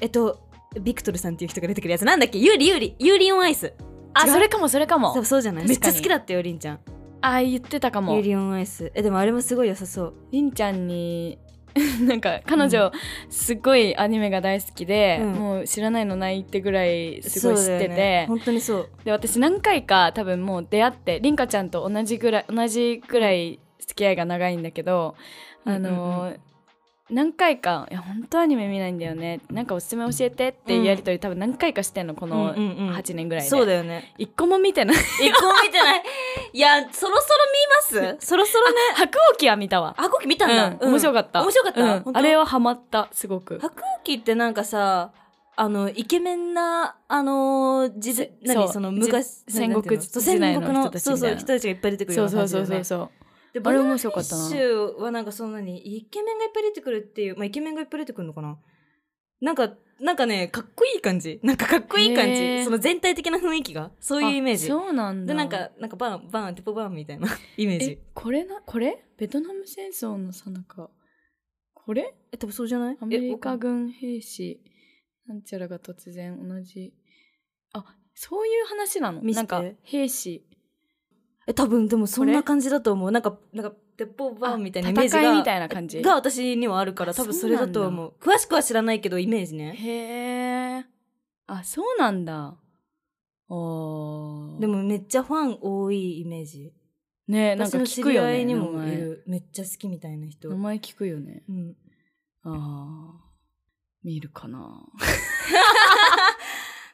Speaker 2: えっとビクトルさんっていう人が出てくるやつなんだっけユーリユーリユーリオンアイス
Speaker 1: あ
Speaker 2: 違う
Speaker 1: それかもそれか
Speaker 2: 多
Speaker 1: も
Speaker 2: 分そうじゃないめっ
Speaker 1: 確
Speaker 2: ち
Speaker 1: か
Speaker 2: ゃ
Speaker 1: に
Speaker 2: 好きだったよりんちゃん
Speaker 1: あ言ってたか
Speaker 2: ユ
Speaker 1: も
Speaker 2: ーリオンアイスえでもあれもすごい良さそう
Speaker 1: りんちゃんになんか彼女、すっごいアニメが大好きで、
Speaker 2: うん
Speaker 1: もう知らないのないってぐらいすごい知っ
Speaker 2: そうだ
Speaker 1: てて、
Speaker 2: よね本当にそう
Speaker 1: で私何回か多分もう出会ってりんかちゃんと同じぐらい同じぐらい付き合いが長いんだけど、あのー
Speaker 2: うん
Speaker 1: 何回か「いや本当アニメ見ないんだよねなんかおすすめ教えて」っていうやり取り、多分何回かしてんのこの
Speaker 2: うんうんうん
Speaker 1: 8年ぐらいで、
Speaker 2: そうだよね
Speaker 1: 一個も見てない
Speaker 2: 一個も見てない。いや、そろそろ見ますそろそろね。
Speaker 1: 白鸚記は見たわ
Speaker 2: 白鸚記見たんだ。
Speaker 1: うん面白かった
Speaker 2: 面白かった。
Speaker 1: う
Speaker 2: 本
Speaker 1: ん、
Speaker 2: 当
Speaker 1: あれはハマったすごく
Speaker 2: 白鸚記ってなんかさ、あの、イケメンな、あのー、時代、
Speaker 1: せ
Speaker 2: 何
Speaker 1: そう
Speaker 2: その昔、
Speaker 1: じ
Speaker 2: なんていうの
Speaker 1: 戦国時代の
Speaker 2: そう戦国
Speaker 1: 人たち
Speaker 2: そう
Speaker 1: み
Speaker 2: そ、
Speaker 1: たいうな
Speaker 2: 人たちがいっぱい出てくる
Speaker 1: そ
Speaker 2: よ
Speaker 1: う
Speaker 2: うな
Speaker 1: そ
Speaker 2: 感
Speaker 1: う
Speaker 2: じだ
Speaker 1: そ
Speaker 2: よ
Speaker 1: うそ
Speaker 2: ね。
Speaker 1: うそう
Speaker 2: で、
Speaker 1: あ
Speaker 2: バ
Speaker 1: れ
Speaker 2: ナ
Speaker 1: 面
Speaker 2: ナ
Speaker 1: 白
Speaker 2: フィ
Speaker 1: か
Speaker 2: ッ
Speaker 1: ったな
Speaker 2: シュはなんかそんなに、イケメンがいっぱい出てくるっていう、まあイケメンがいっぱい出てくるのかななんか、なんかね、かっこいい感じ。なんかかっこいい感
Speaker 1: へ
Speaker 2: じ。
Speaker 1: ー
Speaker 2: その全体的な雰囲気が。そういうイメージ。
Speaker 1: あそうなんだ
Speaker 2: で、なんか、なんかバン、バン、テポバンみたいな イメージ
Speaker 1: え。これなこれベトナム戦争のさなかこれ
Speaker 2: え、多分そうじゃない
Speaker 1: アメリカ
Speaker 2: え
Speaker 1: 軍兵士なんちゃらが突然同じあそういう話なの
Speaker 2: 見せ
Speaker 1: な
Speaker 2: て
Speaker 1: んか兵士
Speaker 2: え、多分でもそん
Speaker 1: こ
Speaker 2: な
Speaker 1: れ
Speaker 2: 感じだと思う。なんか、なんか、鉄砲バンみたいなイメージが。
Speaker 1: 戦いみたいな感じ
Speaker 2: が私にはあるから、多分それだと思う。詳しくは知らないけど、イメージね。
Speaker 1: へえあそうなんだお
Speaker 2: でもめっちゃファン多いイメージ。
Speaker 1: ねなん
Speaker 2: 私
Speaker 1: か
Speaker 2: の
Speaker 1: 聞
Speaker 2: 知
Speaker 1: く
Speaker 2: り
Speaker 1: よ
Speaker 2: 合
Speaker 1: ね
Speaker 2: いに
Speaker 1: 名
Speaker 2: もい
Speaker 1: 前
Speaker 2: る。めっちゃ好きみたいな人。
Speaker 1: 名前聞くよね
Speaker 2: うん。
Speaker 1: ああ見るかな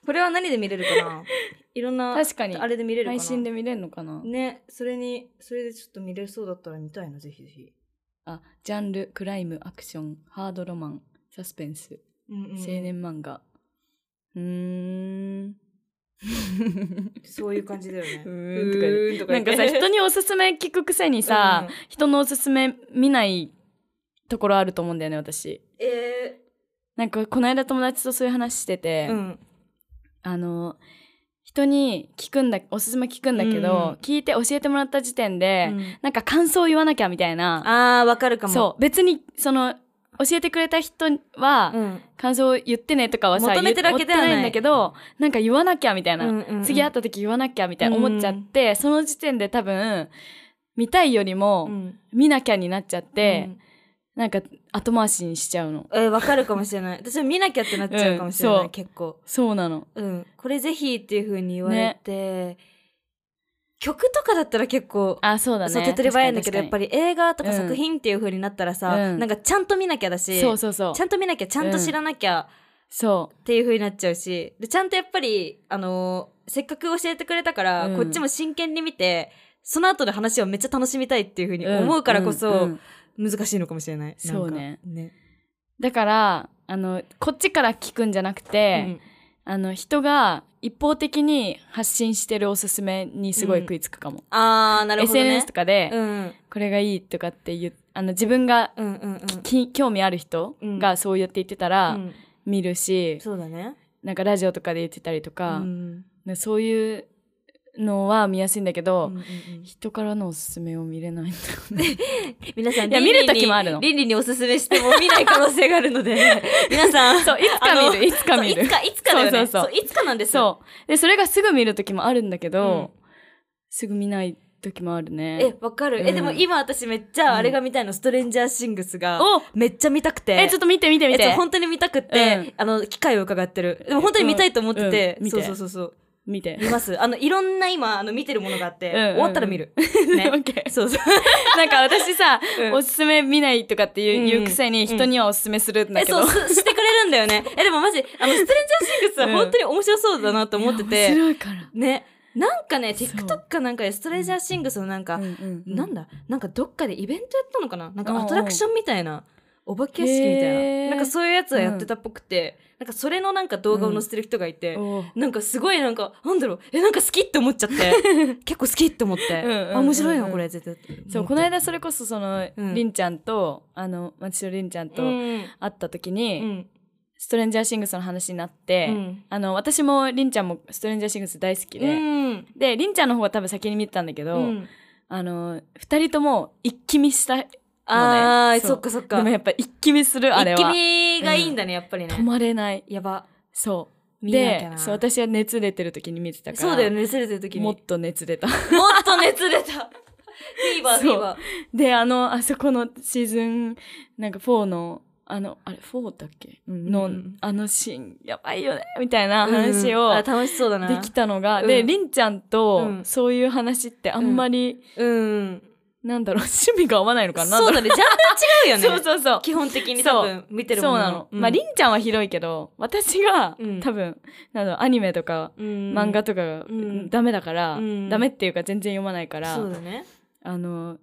Speaker 2: これは何で見れるかな いろんな、
Speaker 1: 確かに
Speaker 2: あれで見れるかな
Speaker 1: 配信で見れるのかな
Speaker 2: ね、それに、それでちょっと見れそうだったら見たいな、ぜひぜひ。
Speaker 1: あジャンルクライムアクションハードロマンサスペンス
Speaker 2: うんうん
Speaker 1: 青年漫画うーん
Speaker 2: そう いう感じだよね。
Speaker 1: う
Speaker 2: ー
Speaker 1: ー
Speaker 2: んとか
Speaker 1: な
Speaker 2: 言
Speaker 1: ん
Speaker 2: って
Speaker 1: かさ人におすすめ聞くくせにさ、、
Speaker 2: うん
Speaker 1: 人のおすすめ見ないところあると思うんだよね私
Speaker 2: え
Speaker 1: なんかこの間友達とそういう話してて、
Speaker 2: ーうん
Speaker 1: あの人に聞くんだおすすめ聞くんだけど、
Speaker 2: うん
Speaker 1: 聞いて教えてもらった時点で、
Speaker 2: うん
Speaker 1: なんか感想を言わなきゃみたいな
Speaker 2: あーわかるかも。
Speaker 1: そう別にその教えてくれた人は、
Speaker 2: うん
Speaker 1: 感想を言ってねとかはさ
Speaker 2: 求めてるわけではない
Speaker 1: 言ってんだけどなんか言わなきゃみたいな、
Speaker 2: うんうんうん
Speaker 1: 次会った時言わなきゃみたいな思っちゃって、その時点で多分見たいより
Speaker 2: う
Speaker 1: も
Speaker 2: ん
Speaker 1: 見なきゃになっちゃっ
Speaker 2: う
Speaker 1: て、
Speaker 2: ん
Speaker 1: なんか後回しにしちゃうの
Speaker 2: えーわかるかもしれない。私も見なきゃってなっちゃうかもしれな
Speaker 1: う
Speaker 2: い、
Speaker 1: んそう
Speaker 2: 結構。
Speaker 1: そうなの
Speaker 2: うん。これぜひっていう風に言われて、曲とかだったら結構、
Speaker 1: あそうだね
Speaker 2: そう手っ取り早いんだけど、やっぱ
Speaker 1: り
Speaker 2: り映画とか
Speaker 1: うん
Speaker 2: 作品っていう風になったらさ、
Speaker 1: うん
Speaker 2: なんかちゃんと見なきゃだし、
Speaker 1: そうそうそう
Speaker 2: ちゃんと見なきゃ、ちゃんと知らなきゃ
Speaker 1: そ
Speaker 2: っていう風になっちゃうし、でちゃんとやっぱり、あのーせっかく教えてくれたから、
Speaker 1: うん
Speaker 2: こっちも真剣に見て、その後の話をめっちゃ楽しみたいっていう風
Speaker 1: う
Speaker 2: に思うからこ
Speaker 1: ん
Speaker 2: そ、
Speaker 1: うん
Speaker 2: 難しいのかもしれない。
Speaker 1: そうね
Speaker 2: なんかね。
Speaker 1: だからあのこっちから聞くんじゃなくて、
Speaker 2: うん
Speaker 1: あの人が一方的に発信してるおすすめにすごい食いつくかも、
Speaker 2: あー、なるほどね。
Speaker 1: SNS とかで、
Speaker 2: うん。
Speaker 1: これがいいとかって言うあの自分が
Speaker 2: うんうんうん。
Speaker 1: き興味ある人がそう言って言ってたら
Speaker 2: うん
Speaker 1: 見るし、
Speaker 2: そうだね。
Speaker 1: なんかラジオとかで言ってたりと
Speaker 2: う
Speaker 1: か、
Speaker 2: ん
Speaker 1: ねそういうのは見やすいんだけ
Speaker 2: う
Speaker 1: ど、
Speaker 2: んうんうん
Speaker 1: 人からのおすすめを見れないんだ よね
Speaker 2: 皆さん、
Speaker 1: いや
Speaker 2: 倫理に
Speaker 1: 見る時もあるの
Speaker 2: 倫理におすすめしても見ない可能性があるの で、皆さん、
Speaker 1: そういつか見
Speaker 2: あの
Speaker 1: るいつか見
Speaker 2: そうい
Speaker 1: る
Speaker 2: つか、いつかだよね。
Speaker 1: そうそうそう
Speaker 2: いつかなんですよ。
Speaker 1: そうでそれがすぐ見る時もあるんだけど、すぐ見ない時もあるね
Speaker 2: え、わかる。
Speaker 1: う
Speaker 2: え、
Speaker 1: ん
Speaker 2: でも今私めっちゃあれが見たいの、ストレンジャーシングスが、
Speaker 1: お
Speaker 2: めっちゃ見たくて。
Speaker 1: えちょっと見て見て見
Speaker 2: えちょ
Speaker 1: て
Speaker 2: 本当に見たくって、
Speaker 1: うん
Speaker 2: あの、機会を伺ってる。でも本当に見たいと思ってて、
Speaker 1: うんうん見
Speaker 2: そう
Speaker 1: て
Speaker 2: そうそうそう。
Speaker 1: 見 て
Speaker 2: 見ます。あの、いろんな今、あの、見てるものがあっ
Speaker 1: う
Speaker 2: て、
Speaker 1: んうんうん
Speaker 2: 終わったら見る。 ね
Speaker 1: オッケー
Speaker 2: そうそう。
Speaker 1: なんか私さ、
Speaker 2: うん
Speaker 1: おすすめ見ないとかっていう,、
Speaker 2: うん
Speaker 1: 言うくせに人にはおすすめするんだ
Speaker 2: え、
Speaker 1: けど、
Speaker 2: そう、す してくれるんだよ ね。え、でもマジ、あの、ストレンジャーシングスは
Speaker 1: うん
Speaker 2: 本当に面白そうだなと思ってて、
Speaker 1: 面白いから、
Speaker 2: ね、なんかね、
Speaker 1: そう
Speaker 2: TikTok かなんかでストレンジャーシングスのなんか、なんだなんかどっかでイベントやったのかななん
Speaker 1: うんう
Speaker 2: か
Speaker 1: ん
Speaker 2: アトラクションみたいな。お化け屋敷みたい
Speaker 1: へ
Speaker 2: な。
Speaker 1: ー
Speaker 2: なんかそういうやつはやってたっぽくて、なんかそれのなんか動画を載せてる人がいて、
Speaker 1: おう
Speaker 2: なんかすごいなんか、なんだろう、え、なんか好きって思っち ゃって、結構好きって思って、
Speaker 1: うんうんうん
Speaker 2: あ、面白いな、これ、絶対。
Speaker 1: そうこの間それこそその、
Speaker 2: うん
Speaker 1: りんちゃんとあの町のりんちゃんと
Speaker 2: うん
Speaker 1: 会った時に、
Speaker 2: うん。
Speaker 1: ストレンジャーシングスの話になって、
Speaker 2: うん
Speaker 1: あの私もりんちゃんもストレンジャーシングス大好き
Speaker 2: う
Speaker 1: で、
Speaker 2: ん。
Speaker 1: でりんちゃんの方は多分先に見てたんだけど、
Speaker 2: うん
Speaker 1: あの二人とも一気見したで
Speaker 2: あー、
Speaker 1: そう
Speaker 2: そっかそっか。
Speaker 1: もやっぱ一気見するあれ
Speaker 2: 一気
Speaker 1: は
Speaker 2: 見がいいんだね、やっぱりね
Speaker 1: 止。まれない
Speaker 2: やば。
Speaker 1: そう
Speaker 2: 見なきゃ
Speaker 1: で
Speaker 2: な
Speaker 1: そう私は熱出てる時に見てたから
Speaker 2: そうだよね、熱出てる時に。
Speaker 1: もっと熱出た
Speaker 2: もっと熱出た。 フィーバー、フ
Speaker 1: そう
Speaker 2: ィーバー。
Speaker 1: であのあそこのシーズンなんか4のあのあれ4だっけ、
Speaker 2: ん
Speaker 1: のあのシーンやばいよねみたいな話を
Speaker 2: うんあ楽しそうだな。
Speaker 1: できたのが、
Speaker 2: うん
Speaker 1: でりんちゃん
Speaker 2: う
Speaker 1: と
Speaker 2: ん
Speaker 1: そういう話ってあんまり、
Speaker 2: うん。
Speaker 1: なんだろう趣味が合わないのかな
Speaker 2: そう
Speaker 1: な
Speaker 2: だ
Speaker 1: ん
Speaker 2: ね。ジャンル違うよ
Speaker 1: ろう
Speaker 2: ね。
Speaker 1: そうそうそう
Speaker 2: 基本的に多分見てるも
Speaker 1: そう
Speaker 2: の
Speaker 1: なの、まあり
Speaker 2: ン、
Speaker 1: んちゃんはひどいけど私が、
Speaker 2: うん
Speaker 1: 多分なんだろうアニメとか
Speaker 2: うん
Speaker 1: 漫画とかが、
Speaker 2: うん
Speaker 1: ダメだから、
Speaker 2: うん
Speaker 1: ダメっていうか全然読まないから、
Speaker 2: そうだね。
Speaker 1: あの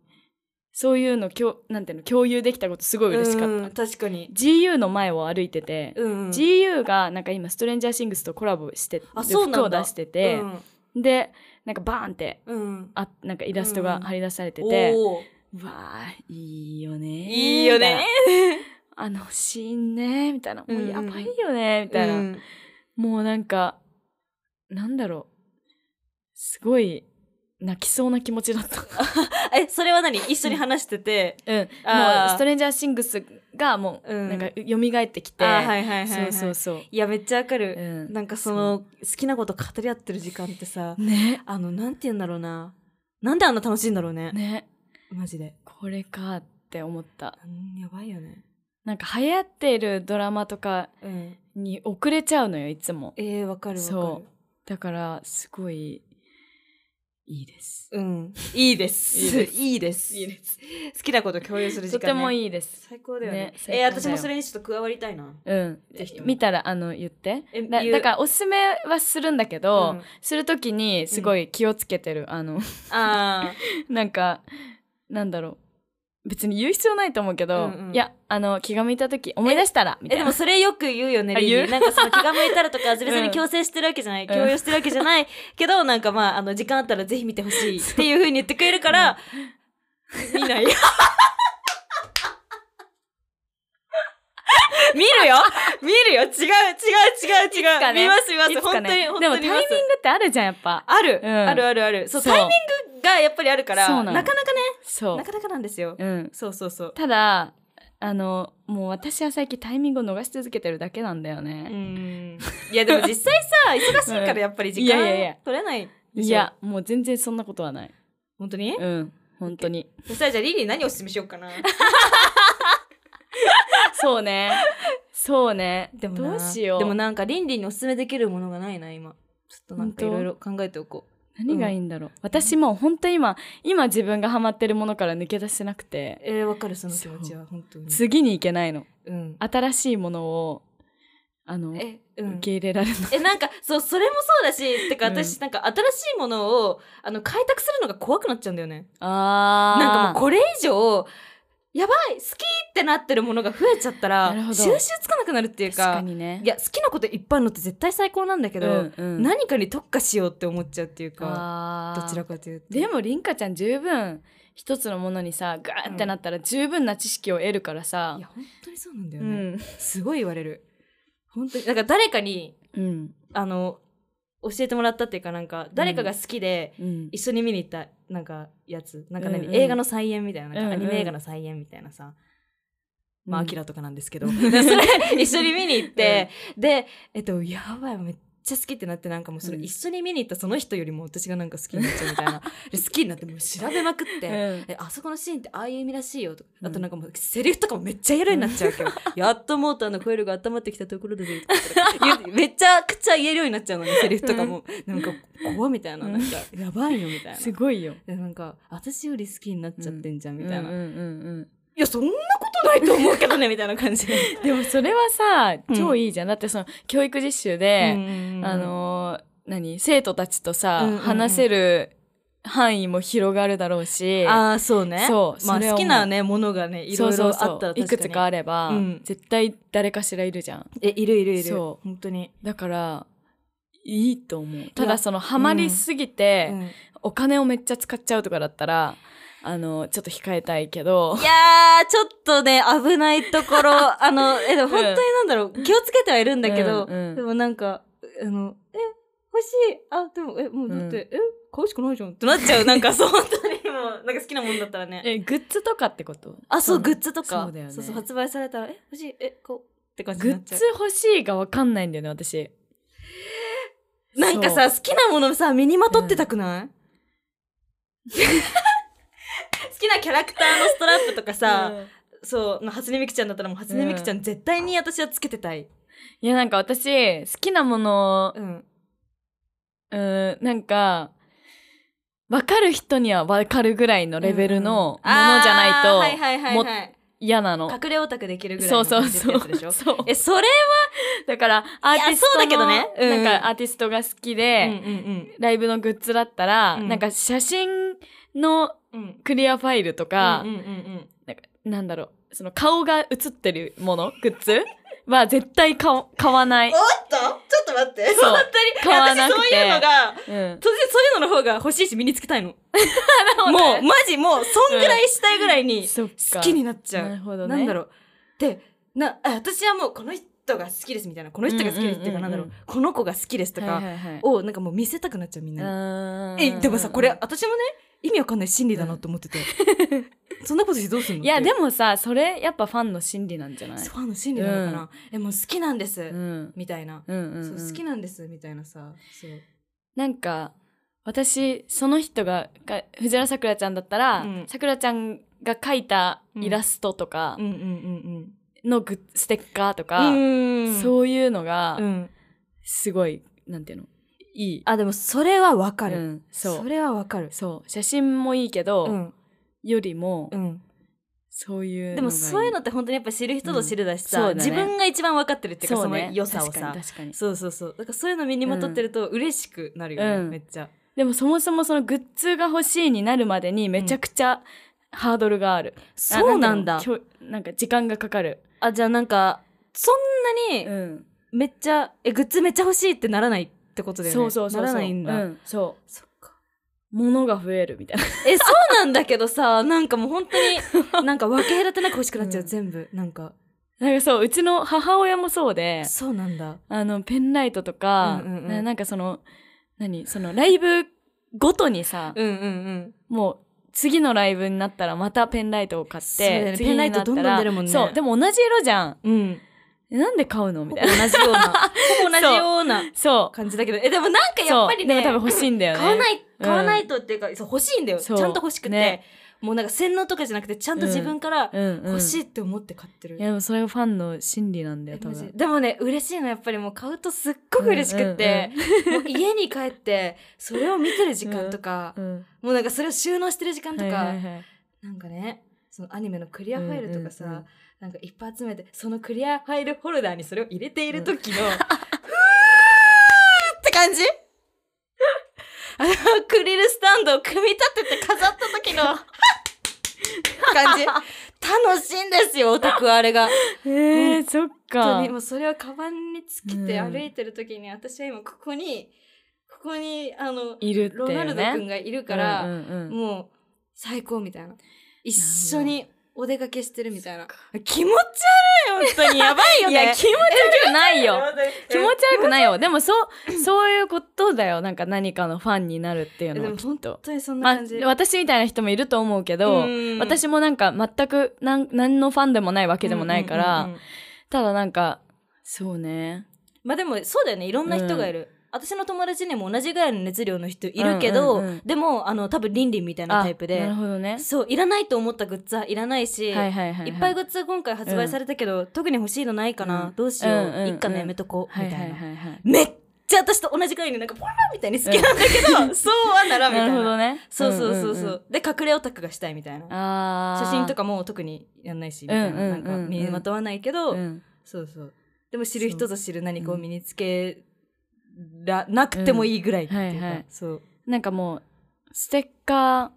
Speaker 1: そういうのきょなんていうの共有できたことすごい嬉しかった、
Speaker 2: うん確かに。
Speaker 1: GU の前を歩いてて、
Speaker 2: うん。
Speaker 1: GU がなんか今ストレンジャーシングスとコラボしてる
Speaker 2: あそうなんだ
Speaker 1: 服を出してて、でなんかバーンって
Speaker 2: うん。うん。
Speaker 1: あなんかイラストが張り出されてて、
Speaker 2: おー
Speaker 1: うわあいいよねー
Speaker 2: いいよね
Speaker 1: あのシーンねーみたいなもうやばいよねーみ
Speaker 2: みた
Speaker 1: た
Speaker 2: い
Speaker 1: い
Speaker 2: な
Speaker 1: な、
Speaker 2: うん
Speaker 1: もうなんかなんだろうすごい泣きそうな気持ちだ った。
Speaker 2: え、それは何一緒に話してて。
Speaker 1: うん、 もう
Speaker 2: あー
Speaker 1: ストレンジャーシングスがもう
Speaker 2: うん
Speaker 1: なんか蘇ってきて、
Speaker 2: あーはいはいはいはい
Speaker 1: そうそうそう、
Speaker 2: いや、めっちゃわか
Speaker 1: う
Speaker 2: る。
Speaker 1: ん、
Speaker 2: なんかその、好きなこと語り合ってる時間ってさ、
Speaker 1: ね
Speaker 2: あの、なんて言うんだろうな。なんであんな楽しいんだろうね。
Speaker 1: ね
Speaker 2: マジで。
Speaker 1: これかって思った
Speaker 2: うんやばいよね。
Speaker 1: なんか流行っているドラマとか
Speaker 2: うん。
Speaker 1: に遅れちゃうのよいつも
Speaker 2: えー、わかるわかる。
Speaker 1: そだからすごいいいです
Speaker 2: うん。いいです。
Speaker 1: いいです
Speaker 2: いいです。
Speaker 1: いい
Speaker 2: です。好きなこと共有する時
Speaker 1: と
Speaker 2: 間、ね。
Speaker 1: ても
Speaker 2: い。
Speaker 1: いいです
Speaker 2: 最高だよね。
Speaker 1: ね最
Speaker 2: えー
Speaker 1: 高だよ
Speaker 2: 私もそれにちょっと加わりたいな。
Speaker 1: うん
Speaker 2: ぜひとも
Speaker 1: 見たらあの言って
Speaker 2: え
Speaker 1: だ
Speaker 2: 言う
Speaker 1: だからおすすめはするんだけど、
Speaker 2: うん
Speaker 1: するときに すごい気をつけてる、あの
Speaker 2: ああ。
Speaker 1: なんかなんだろ別に言う必要ないと思うけど、
Speaker 2: うんうん
Speaker 1: いや、あの、気が向いた時、思い出したら、みた
Speaker 2: え
Speaker 1: い
Speaker 2: で
Speaker 1: な。
Speaker 2: もそれよく言うよね
Speaker 1: あ
Speaker 2: リリ
Speaker 1: 言
Speaker 2: ー
Speaker 1: う
Speaker 2: なんかその気が向いたら とか別
Speaker 1: うん
Speaker 2: に強制してるわけじゃない、強要してるわけじゃないけどなんかまああの時間あったらぜひ見てほしいっていうふうに言ってくれるから、見ない見るよ見るよ違う違う違う違う、
Speaker 1: かね
Speaker 2: 見ます見ます、
Speaker 1: いつか
Speaker 2: 本当に
Speaker 1: ね
Speaker 2: 本
Speaker 1: で
Speaker 2: 当
Speaker 1: もタ
Speaker 2: に見
Speaker 1: イ
Speaker 2: ま
Speaker 1: ミン
Speaker 2: す
Speaker 1: グってあるじゃん、やっぱ。
Speaker 2: ある、
Speaker 1: うん
Speaker 2: あるあるあるそう
Speaker 1: そう
Speaker 2: タイミングがやっぱりあるか
Speaker 1: そう
Speaker 2: ら
Speaker 1: なの
Speaker 2: なかなかね
Speaker 1: そ
Speaker 2: なかなかなんですよ、
Speaker 1: う。うん。
Speaker 2: そうそうそう
Speaker 1: ただ、あの、もう私は最近タイミングを逃し続けてるだけなんだよね。
Speaker 2: うんいやでも実際さ忙しいからやっぱり時間
Speaker 1: いやいやいや
Speaker 2: 取れないでし
Speaker 1: い
Speaker 2: ょ
Speaker 1: や、もう全然そんなことはない。
Speaker 2: 本当に
Speaker 1: うん。本当 に。
Speaker 2: そしたらじゃあリリー何おすすめしようかな
Speaker 1: そうね。そうね。
Speaker 2: でもな
Speaker 1: どうしよう。
Speaker 2: でもなんかリンリンにおすすめできるものがないな今ちょっとなんかい
Speaker 1: 本当
Speaker 2: ろいろ考えておこう
Speaker 1: 何がいいんだろう。私もう本当今、今自分がハマってるものから抜け出してなくて、
Speaker 2: えー、わかるその気持ちは本当に
Speaker 1: 次に行けないの。
Speaker 2: うん
Speaker 1: 新しいものを、あの、
Speaker 2: えう
Speaker 1: 受
Speaker 2: ん
Speaker 1: け入れられない。
Speaker 2: えなんかそうそれもそうだしてか
Speaker 1: うん
Speaker 2: 私、なんか新しいものをあの開拓するのが怖くなっちゃうんだよね
Speaker 1: あー
Speaker 2: なんかもうこれ以上やばい好きってなってるものが増えちゃったら
Speaker 1: なるほど
Speaker 2: 収集つかなくなるっていう
Speaker 1: 確かにね
Speaker 2: いや好きなこといっぱいあるのって絶対最高なんだけど、
Speaker 1: うんうん
Speaker 2: 何かに特化しようって思っちゃうっていうか
Speaker 1: あー
Speaker 2: どちらかというと
Speaker 1: でも凛花ちゃん十分一つのものにさガーってなったら十分な知識を得るからさ
Speaker 2: いや、本当にそうなんだよ
Speaker 1: う
Speaker 2: ね、
Speaker 1: ん
Speaker 2: すごい言われる本当になんか誰かに
Speaker 1: うん
Speaker 2: あの教えてもらったっていうかなんか誰かが好きで
Speaker 1: うん
Speaker 2: 一緒に見に行ったなんかやつなんか何、
Speaker 1: うんうん
Speaker 2: 映画の再演みたいななん
Speaker 1: うん
Speaker 2: か
Speaker 1: う
Speaker 2: ア
Speaker 1: ん
Speaker 2: ニメ映画の再演みたいなさ、まあ、アキラとかなんですけど、
Speaker 1: うん
Speaker 2: そ れ、一緒に見に行って、で、えっと、やばい、めっちゃ好きってなって、なんかもうその、
Speaker 1: うん
Speaker 2: 一緒に見に行ったその人よりも私がなんか好きになっちゃうみた いな。で、好きになってもう調べまくって、
Speaker 1: うん
Speaker 2: え、あそこのシーンってああいう意味らしいよとか、
Speaker 1: うん
Speaker 2: あとなんかもうセリフとかもめっちゃやるようになっち ゃうけど、やっとモーターのコイルが温まってきたところでね、とか言うめちゃくちゃ言えるようになっちゃうのね、セリフとかも。なんか、怖みたいな、
Speaker 1: うん
Speaker 2: なんか、やばいよみたいな。
Speaker 1: すごいよ
Speaker 2: で、なんか、私より好きになっちゃってんじゃんみたい
Speaker 1: う
Speaker 2: な。
Speaker 1: んうんうん
Speaker 2: いや、そんなことないと思うけ どね、みたいな感じで。
Speaker 1: うんでもそれはさ
Speaker 2: うん
Speaker 1: 超いいじゃんだってその教育実習であのー何生徒たちと
Speaker 2: うんうん
Speaker 1: さ
Speaker 2: うん
Speaker 1: 話せる範囲も広がるだろうし
Speaker 2: ああそうね
Speaker 1: そう
Speaker 2: まあ
Speaker 1: それは思
Speaker 2: 好
Speaker 1: う
Speaker 2: きなねものがねい
Speaker 1: そ
Speaker 2: ろ
Speaker 1: う
Speaker 2: い
Speaker 1: そ
Speaker 2: ろ
Speaker 1: うそう
Speaker 2: あったら確かに
Speaker 1: いくつかあれば
Speaker 2: うん
Speaker 1: 絶対誰かしらいるじゃん
Speaker 2: えいるいるいる
Speaker 1: そ
Speaker 2: 本当に
Speaker 1: だからいいと思うただそのハマりすぎて、
Speaker 2: うん
Speaker 1: お金をめっちゃ使っちゃうとかだったらあのちょっと控えたいけ ど
Speaker 2: いやーちょっとね危ないとこ ろあのえでも本当になんだろう気をつけてはいるんだけど
Speaker 1: うんうん
Speaker 2: でもなんかあのえ欲しいあでもえもうだってえ買うしかないじゃんってなっちゃうなん かそう本当にもうなんか好きなもんだったらね
Speaker 1: えグッズとかってこと
Speaker 2: あそう
Speaker 1: の
Speaker 2: グッズとか
Speaker 1: そうだよね
Speaker 2: そうそう発売されたらえ欲しいえこうって感じ
Speaker 1: グ
Speaker 2: にな
Speaker 1: ッ
Speaker 2: っちゃう
Speaker 1: ズ欲しいがわかんないんだよね私
Speaker 2: なんかさ、好きなものさ、身にまとってたく ない、好きなキャラクターのストラップとかさ、
Speaker 1: うん
Speaker 2: そう、まあ初音ミクちゃんだったらもう初音ミクちゃん絶対に私はつけてたい。
Speaker 1: いやなんか私好きなもの
Speaker 2: うん。
Speaker 1: うんなんかわかる人にはわかるぐらいのレベルのものじゃ
Speaker 2: あー
Speaker 1: な
Speaker 2: はいい
Speaker 1: と
Speaker 2: はいはいはい。
Speaker 1: 嫌なの、
Speaker 2: 隠れオタクできるぐらい
Speaker 1: そ
Speaker 2: の
Speaker 1: うそう
Speaker 2: 感じって
Speaker 1: そ
Speaker 2: やつでし
Speaker 1: う
Speaker 2: ょ
Speaker 1: そう
Speaker 2: え、それ
Speaker 1: だからアーティストの
Speaker 2: いやそうだけどねうんうん
Speaker 1: なんかアーティストが好きで、
Speaker 2: ん
Speaker 1: ライブのグッズだったら、
Speaker 2: うん
Speaker 1: なんか写真の
Speaker 2: うんうん。
Speaker 1: クリアファイルとか、
Speaker 2: うんうんうん
Speaker 1: なんかなんだろう、その顔が写ってるもの、グッズ は絶対買お買わない。
Speaker 2: っとちょっと待って。
Speaker 1: そう
Speaker 2: 本当に。
Speaker 1: 買わな
Speaker 2: 私
Speaker 1: くて
Speaker 2: そういうのが、
Speaker 1: うん。
Speaker 2: そうそういうのの方が欲しいし身につけたいの。 もう、マジもう、そんぐらいしたいぐらいに、
Speaker 1: そっか
Speaker 2: 好きになっちゃう。
Speaker 1: なるほどね。
Speaker 2: なんだろ
Speaker 1: う。
Speaker 2: う。で、な、あ私はもうこの人が好きですみたいな、この人が好きですっていうか、
Speaker 1: うんうんうんう
Speaker 2: なんんだろう、この子が好きですと
Speaker 1: はい
Speaker 2: か
Speaker 1: はいはい、
Speaker 2: を、なんかもう見せたくなっちゃう、みんな
Speaker 1: う
Speaker 2: に。
Speaker 1: ー
Speaker 2: え、
Speaker 1: ん
Speaker 2: でもさ、これ、。私もね、意味わかんない心理だなと思ってて。そんなことしてどうするの
Speaker 1: いや、で
Speaker 2: も、
Speaker 1: もさ、それやっぱファンの心理なんじゃない
Speaker 2: ファンの心理なのかな。え、もう好きなんで
Speaker 1: う
Speaker 2: す、
Speaker 1: ん。
Speaker 2: みたいな。
Speaker 1: うんうん、うん。
Speaker 2: そう、好きなんです、みたいなさ。そう。
Speaker 1: なんか、私、その人が、が藤原さくらちゃんだったら、
Speaker 2: うん
Speaker 1: さくらちゃんが描いたイラストとか
Speaker 2: うんうんうん
Speaker 1: のグッステッカーと
Speaker 2: う
Speaker 1: か、
Speaker 2: ん。うん。
Speaker 1: そういうのが
Speaker 2: う、ん。
Speaker 1: すごい、なんていうのいい。
Speaker 2: あ、でも、それはわか
Speaker 1: う
Speaker 2: る。
Speaker 1: ん、そ。
Speaker 2: そうれはわかる。
Speaker 1: そう。写真もいいけど、
Speaker 2: うん。
Speaker 1: よりも、
Speaker 2: うん。
Speaker 1: そういうのがいい。
Speaker 2: でもそういうのって本当にやっぱ知る人ぞ知るだし
Speaker 1: うん
Speaker 2: さ、
Speaker 1: そうだね
Speaker 2: 自分が一番分かってるっていうかそ,、
Speaker 1: うね
Speaker 2: の良さを
Speaker 1: 確か
Speaker 2: さ
Speaker 1: に確かに。
Speaker 2: そうそうそうだからそういうの身にまとってると嬉しくなるよね、
Speaker 1: うん
Speaker 2: めっちゃ
Speaker 1: でもそもそもそのグッズが欲しいになるまでにめちゃくちゃハードルがある。
Speaker 2: そうなんだ
Speaker 1: き。ょなんか時間がかかる。
Speaker 2: あ、じゃあなんか、そんなに、
Speaker 1: ん。
Speaker 2: めっちゃ、え、グッズめっちゃ欲しいってならないってことだよね。
Speaker 1: そうそうそうそう。
Speaker 2: ならないんだ。
Speaker 1: うん、そ
Speaker 2: そっか。
Speaker 1: う。物が増えるみたいな。
Speaker 2: え、そうなんだけど さ、なんかもう本当に、なんか分け隔てなく欲しくなっちゃう、
Speaker 1: うん
Speaker 2: 全部。なんか。
Speaker 1: なん かそう、うちの母親もそうで、
Speaker 2: そうなんだ。
Speaker 1: あの、ペンライトとか、
Speaker 2: うんうんうん
Speaker 1: ななんかその、何その、ライブごとにさ、
Speaker 2: うんうんうん。
Speaker 1: もう、次のライブになったらまたペンライトを買っ
Speaker 2: そうだよ
Speaker 1: て、
Speaker 2: ね
Speaker 1: 次になったら
Speaker 2: ペンライトどんどん出るもんね
Speaker 1: そう、でも同じ色じゃん。
Speaker 2: うん。
Speaker 1: えなんで買うのみたい
Speaker 2: 同
Speaker 1: な。
Speaker 2: じような。ほぼ同じような
Speaker 1: そう。
Speaker 2: 感じだけど。え、でもなんかや
Speaker 1: そ
Speaker 2: っ
Speaker 1: う
Speaker 2: ぱり
Speaker 1: で
Speaker 2: ね、
Speaker 1: も多分欲しいんだよね。
Speaker 2: 買わない、
Speaker 1: うん
Speaker 2: 買わないとっていうか、そう欲しいんだよ。ち
Speaker 1: そ
Speaker 2: ゃん
Speaker 1: う
Speaker 2: と欲しくて、
Speaker 1: ね
Speaker 2: もうなんか洗脳とかじゃなくて、ちゃんと自分から
Speaker 1: うん、うん。
Speaker 2: 欲しいって思って買ってる。
Speaker 1: いや、でもそれがファンの心理なんだよ、多
Speaker 2: マジ
Speaker 1: 分。
Speaker 2: でもね嬉しいのやっぱりもう買うとすっごく嬉しくって、もう家に帰ってそれを見てる時間とか、
Speaker 1: うん。
Speaker 2: もうなんかそれを収納してる時間とか、
Speaker 1: はいはいはい
Speaker 2: なんかねそのアニメのクリアファイルとかさ、
Speaker 1: うんうんうん
Speaker 2: なんかいっぱい集めてそのクリアファイルホルダーにそれを入れている時の、 ふーって感じあのアクリルスタンドを組み立てて飾った時の感じ楽しいんですよオタクはあれ が。
Speaker 1: えー、そっ
Speaker 2: 本当
Speaker 1: か
Speaker 2: に。もうそれをカバンにつけて
Speaker 1: うん
Speaker 2: 歩いてる時に、私は今ここにここにあの
Speaker 1: いるっていう
Speaker 2: ロ
Speaker 1: ね。
Speaker 2: ナルド君がいるから、
Speaker 1: うんうんうん
Speaker 2: もう最高みたいな一緒にお出かけしてるみたいな
Speaker 1: 気持ち悪い本当にやばい
Speaker 2: よね
Speaker 1: いや気持ち悪くないよ気持
Speaker 2: ち
Speaker 1: ち悪くないよでもそうそういうことだよなんか何かのファンになるっていう
Speaker 2: で
Speaker 1: のは
Speaker 2: も
Speaker 1: きっ
Speaker 2: 本
Speaker 1: と
Speaker 2: 当にそん
Speaker 1: まあ
Speaker 2: な感じ、
Speaker 1: 私みたいな人もいると思うけど
Speaker 2: うん
Speaker 1: 私もなんか全くなん何のファンでもないわけでもないか
Speaker 2: うんうん
Speaker 1: ら
Speaker 2: うん
Speaker 1: ただなんかそうね
Speaker 2: まあでもそうだよねいろんな人がいる、私の友達にも同じぐらいの熱量の人いるけ
Speaker 1: うん
Speaker 2: ど、
Speaker 1: うんうん
Speaker 2: でもあの多分リンリンみたいな
Speaker 1: あ
Speaker 2: タイプ
Speaker 1: な
Speaker 2: で
Speaker 1: るほどね
Speaker 2: そういらないと思ったグッズはいらないし、
Speaker 1: はいはいはい
Speaker 2: いっぱいグ
Speaker 1: ッ
Speaker 2: ッズ今回発売されたけど、特に欲しいのないかな、
Speaker 1: うん
Speaker 2: どうしよう、
Speaker 1: うんうんうん
Speaker 2: 一家のやめとこう、
Speaker 1: はい
Speaker 2: みたい
Speaker 1: は
Speaker 2: な、
Speaker 1: いはいはい
Speaker 2: めっちゃ私と同じくらいになんかポロみたいに好きなんだけど、そうはならんみた
Speaker 1: ないるほ
Speaker 2: な
Speaker 1: どね
Speaker 2: そうそうそうそうん
Speaker 1: んん
Speaker 2: で隠れオタクがしたいみたいな
Speaker 1: あ
Speaker 2: 写真と
Speaker 1: か
Speaker 2: かも特にやんないしみたいな,、
Speaker 1: うんうんうんうん
Speaker 2: なんか身にまとわないけど、そうそうでも知る人ぞ知る何かを身につけらなくてもいいぐらいっていうか、
Speaker 1: うんはいはい
Speaker 2: そう、
Speaker 1: なんかもうステッカー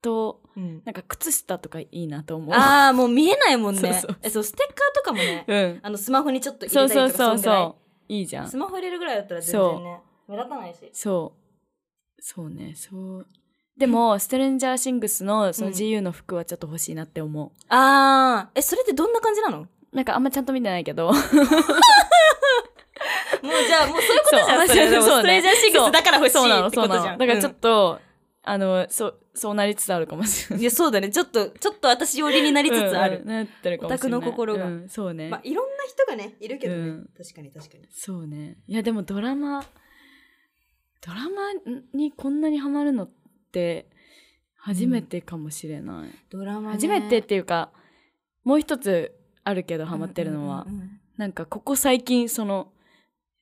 Speaker 1: と
Speaker 2: うん
Speaker 1: なんか靴下とかいいなと思う。
Speaker 2: ああもう見えないもんね
Speaker 1: そうそうそう
Speaker 2: えそうステッカーとかもね
Speaker 1: うん。
Speaker 2: あのスマホにちょっと入
Speaker 1: そう
Speaker 2: れた
Speaker 1: そ
Speaker 2: り
Speaker 1: う
Speaker 2: とか
Speaker 1: そう
Speaker 2: そんぐらい
Speaker 1: そう。いいじゃん
Speaker 2: ス。マホ入れるぐらいだったら全然ね目立たないし
Speaker 1: そう。そうね、そう。でも、ストレンジャーシングスのその
Speaker 2: うん
Speaker 1: GU の服はちょっと欲しいなって思
Speaker 2: ああえそれってどんな感じなのもう
Speaker 1: う。なんかあんまちゃんと見てないけど。
Speaker 2: じゃあもうそういうことじゃ
Speaker 1: そ
Speaker 2: ん
Speaker 1: う
Speaker 2: それでも
Speaker 1: そう
Speaker 2: ストレンジャーシングスだから欲し
Speaker 1: そうないの、
Speaker 2: って
Speaker 1: そ
Speaker 2: こ
Speaker 1: う
Speaker 2: と
Speaker 1: な
Speaker 2: じゃん
Speaker 1: の。だからちょっと、あの、そう、そうなりつつあるかもしれ
Speaker 2: うん
Speaker 1: ないい。
Speaker 2: やそうだねちょっとちょっと私寄りになりつつあ
Speaker 1: うん
Speaker 2: る
Speaker 1: うんな ってるかもしれない。
Speaker 2: オタクの心が
Speaker 1: うんそうね
Speaker 2: まあ。いろんな人がねいるけど
Speaker 1: う
Speaker 2: ね
Speaker 1: ん
Speaker 2: 確かに確かに
Speaker 1: そうね。いや、でもドラマ、ドラマにこんなにハマるのって、初めてかもしれない。
Speaker 2: ドラマ
Speaker 1: 初めてっていうか、もう一つあるけどハマってるのは、なんかここ最近、その、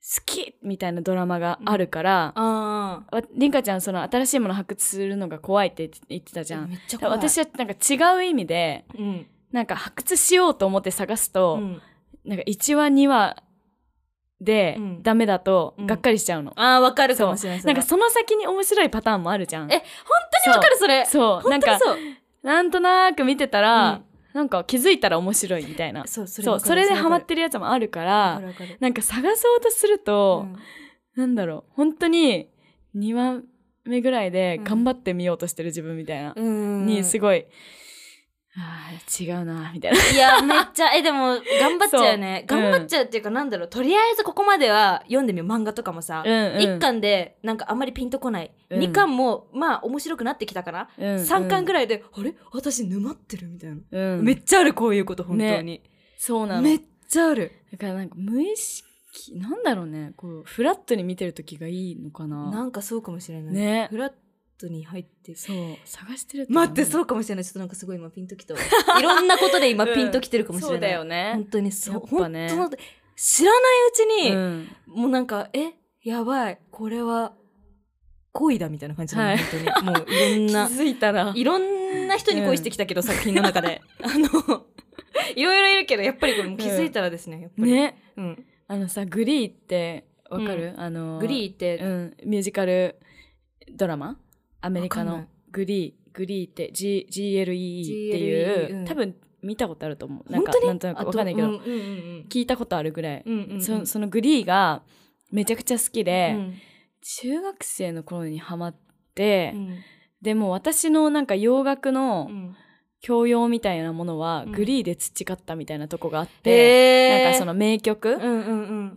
Speaker 1: 好きみたいなドラマがあるから、
Speaker 2: ああ
Speaker 1: わりんかちゃん、その新しいもの発掘するのが怖いって言って言ってたじゃん。
Speaker 2: めっちゃ怖い
Speaker 1: 私はなんか違う意味で、
Speaker 2: うん
Speaker 1: なんか発掘しようと思って探すと、
Speaker 2: うん
Speaker 1: なんか1話2話で
Speaker 2: うん
Speaker 1: ダメだと
Speaker 2: うん
Speaker 1: がっかりしちゃうの。
Speaker 2: ああわかるかもしれない
Speaker 1: なんか
Speaker 2: そ
Speaker 1: その先に面白いパターンもあるじゃん。
Speaker 2: えれわかるそれ
Speaker 1: そうそう。な
Speaker 2: 本
Speaker 1: ん
Speaker 2: 当
Speaker 1: か、
Speaker 2: にそう
Speaker 1: なんとなく見てたら、
Speaker 2: うん
Speaker 1: なんか気づいたら面白いみたいな。
Speaker 2: そうそ
Speaker 1: そう、それでハマってるやつもあるか
Speaker 2: た
Speaker 1: ら、
Speaker 2: わかる
Speaker 1: なんか探そうとする
Speaker 2: う
Speaker 1: と、
Speaker 2: ん
Speaker 1: なんだろう、本当に2話目ぐらいで
Speaker 2: うん
Speaker 1: 頑張ってみようとしてる自分みたいな、
Speaker 2: うん
Speaker 1: にすごい、あー違うな、みたいな。
Speaker 2: いや、めっちゃ、え、でも、頑張っちゃうよね。
Speaker 1: そう
Speaker 2: 頑張っちゃうっていうか、なんだろう、とりあえずここまでは読んでみよう、漫画とかもさ。
Speaker 1: うんうん
Speaker 2: 一1巻で、なんかあんまりピンとこない。
Speaker 1: うん
Speaker 2: 二2巻も、まあ、面白くなってきたかな。
Speaker 1: うん
Speaker 2: 三3巻ぐ
Speaker 1: らい、
Speaker 2: らいで、あれ私、沼ってるみたいな、
Speaker 1: うん
Speaker 2: めっちゃある、こういうこと、本当に。
Speaker 1: そうなの。
Speaker 2: めっちゃある。
Speaker 1: だからなんか無意識、なんだろうね、こう、フラットに見てる時がいいのかな。
Speaker 2: なんかそうかもしれない。
Speaker 1: ね
Speaker 2: フラットに入って
Speaker 1: そう、探してる
Speaker 2: 待って、そううかもしれない。ちょっとなんかすごい今ピンときたわ。 いろんなことで今ピンときてるかもしれない。
Speaker 1: そうだよね
Speaker 2: 本。当にそう。
Speaker 1: やっぱね
Speaker 2: 本当だって知らないうちに、
Speaker 1: うん
Speaker 2: もうなんか、え、やばい、これは、恋だみたいな感じだ
Speaker 1: は
Speaker 2: ね、
Speaker 1: い
Speaker 2: 本当に。もういろん
Speaker 1: 気
Speaker 2: な、
Speaker 1: づいたら。
Speaker 2: いろんな人に恋してきたけど、作品の中 で。あの、いろいろいるけど、やっぱりこれも気づいたらですね、やっぱり。。
Speaker 1: ね。
Speaker 2: うん。
Speaker 1: あのさ、グリーって、わかる、あの、
Speaker 2: グリーって、
Speaker 1: うん、ミュージカルドラマアメリカ
Speaker 2: わかん
Speaker 1: の
Speaker 2: ない
Speaker 1: グリー。グリーって、G、GLE っていう、
Speaker 2: GLE うん
Speaker 1: 多分見たことあると思う。なん
Speaker 2: 本
Speaker 1: か
Speaker 2: 当に
Speaker 1: なんとなくわかんないけど、
Speaker 2: あとうんうんうん
Speaker 1: 聞いたことあるぐらい、
Speaker 2: うんうんうん
Speaker 1: そ。そのグリーがめちゃくちゃ好きで、
Speaker 2: うん
Speaker 1: 中学生の頃にハマって、
Speaker 2: うん
Speaker 1: でも私のなんか洋楽の
Speaker 2: うん
Speaker 1: 教養みたいなものは、
Speaker 2: うん
Speaker 1: グリーで培ったみたいなとこがあって、
Speaker 2: へ
Speaker 1: なんかその名曲、
Speaker 2: うんうんう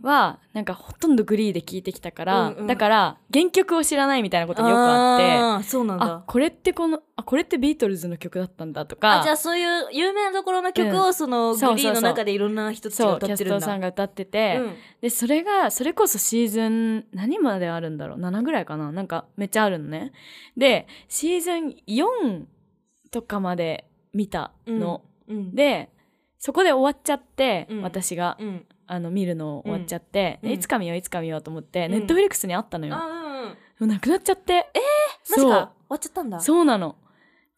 Speaker 2: ん。
Speaker 1: は、なんかほとんどグリーで聴いてきたから、
Speaker 2: うんうん
Speaker 1: だから原曲を知らないみたいなことよくあって、あ
Speaker 2: あーそうなんだ。
Speaker 1: これってこの、あ、これってビートルズの曲だったんだとか、
Speaker 2: あ、じゃあそういう有名なところの曲をそ
Speaker 1: う
Speaker 2: の
Speaker 1: ん
Speaker 2: グ
Speaker 1: そうそう
Speaker 2: リ
Speaker 1: そう
Speaker 2: ーンの中でいろんな人たちが
Speaker 1: そう、
Speaker 2: 歌
Speaker 1: キ
Speaker 2: っ
Speaker 1: ャス
Speaker 2: てるん
Speaker 1: ト
Speaker 2: だ。
Speaker 1: さんが歌ってて、
Speaker 2: うん
Speaker 1: で、それが、それこそシーズン、何まであるんだろう ?7 ぐらいかななんかめっちゃあるのね。で、シーズン4とかまで見たの。
Speaker 2: うん、
Speaker 1: で、そこで終わっちゃって、
Speaker 2: うん
Speaker 1: 私が、
Speaker 2: うん、
Speaker 1: あの、見るの終わっちゃって、
Speaker 2: うん
Speaker 1: でいつか見よう、いつか見ようと思って、
Speaker 2: うん
Speaker 1: ネットフリックスにあったのよ。
Speaker 2: あ、うんうん。
Speaker 1: もうなくなっちゃって。え
Speaker 2: マジか終わっちゃったんだ。
Speaker 1: そうなの。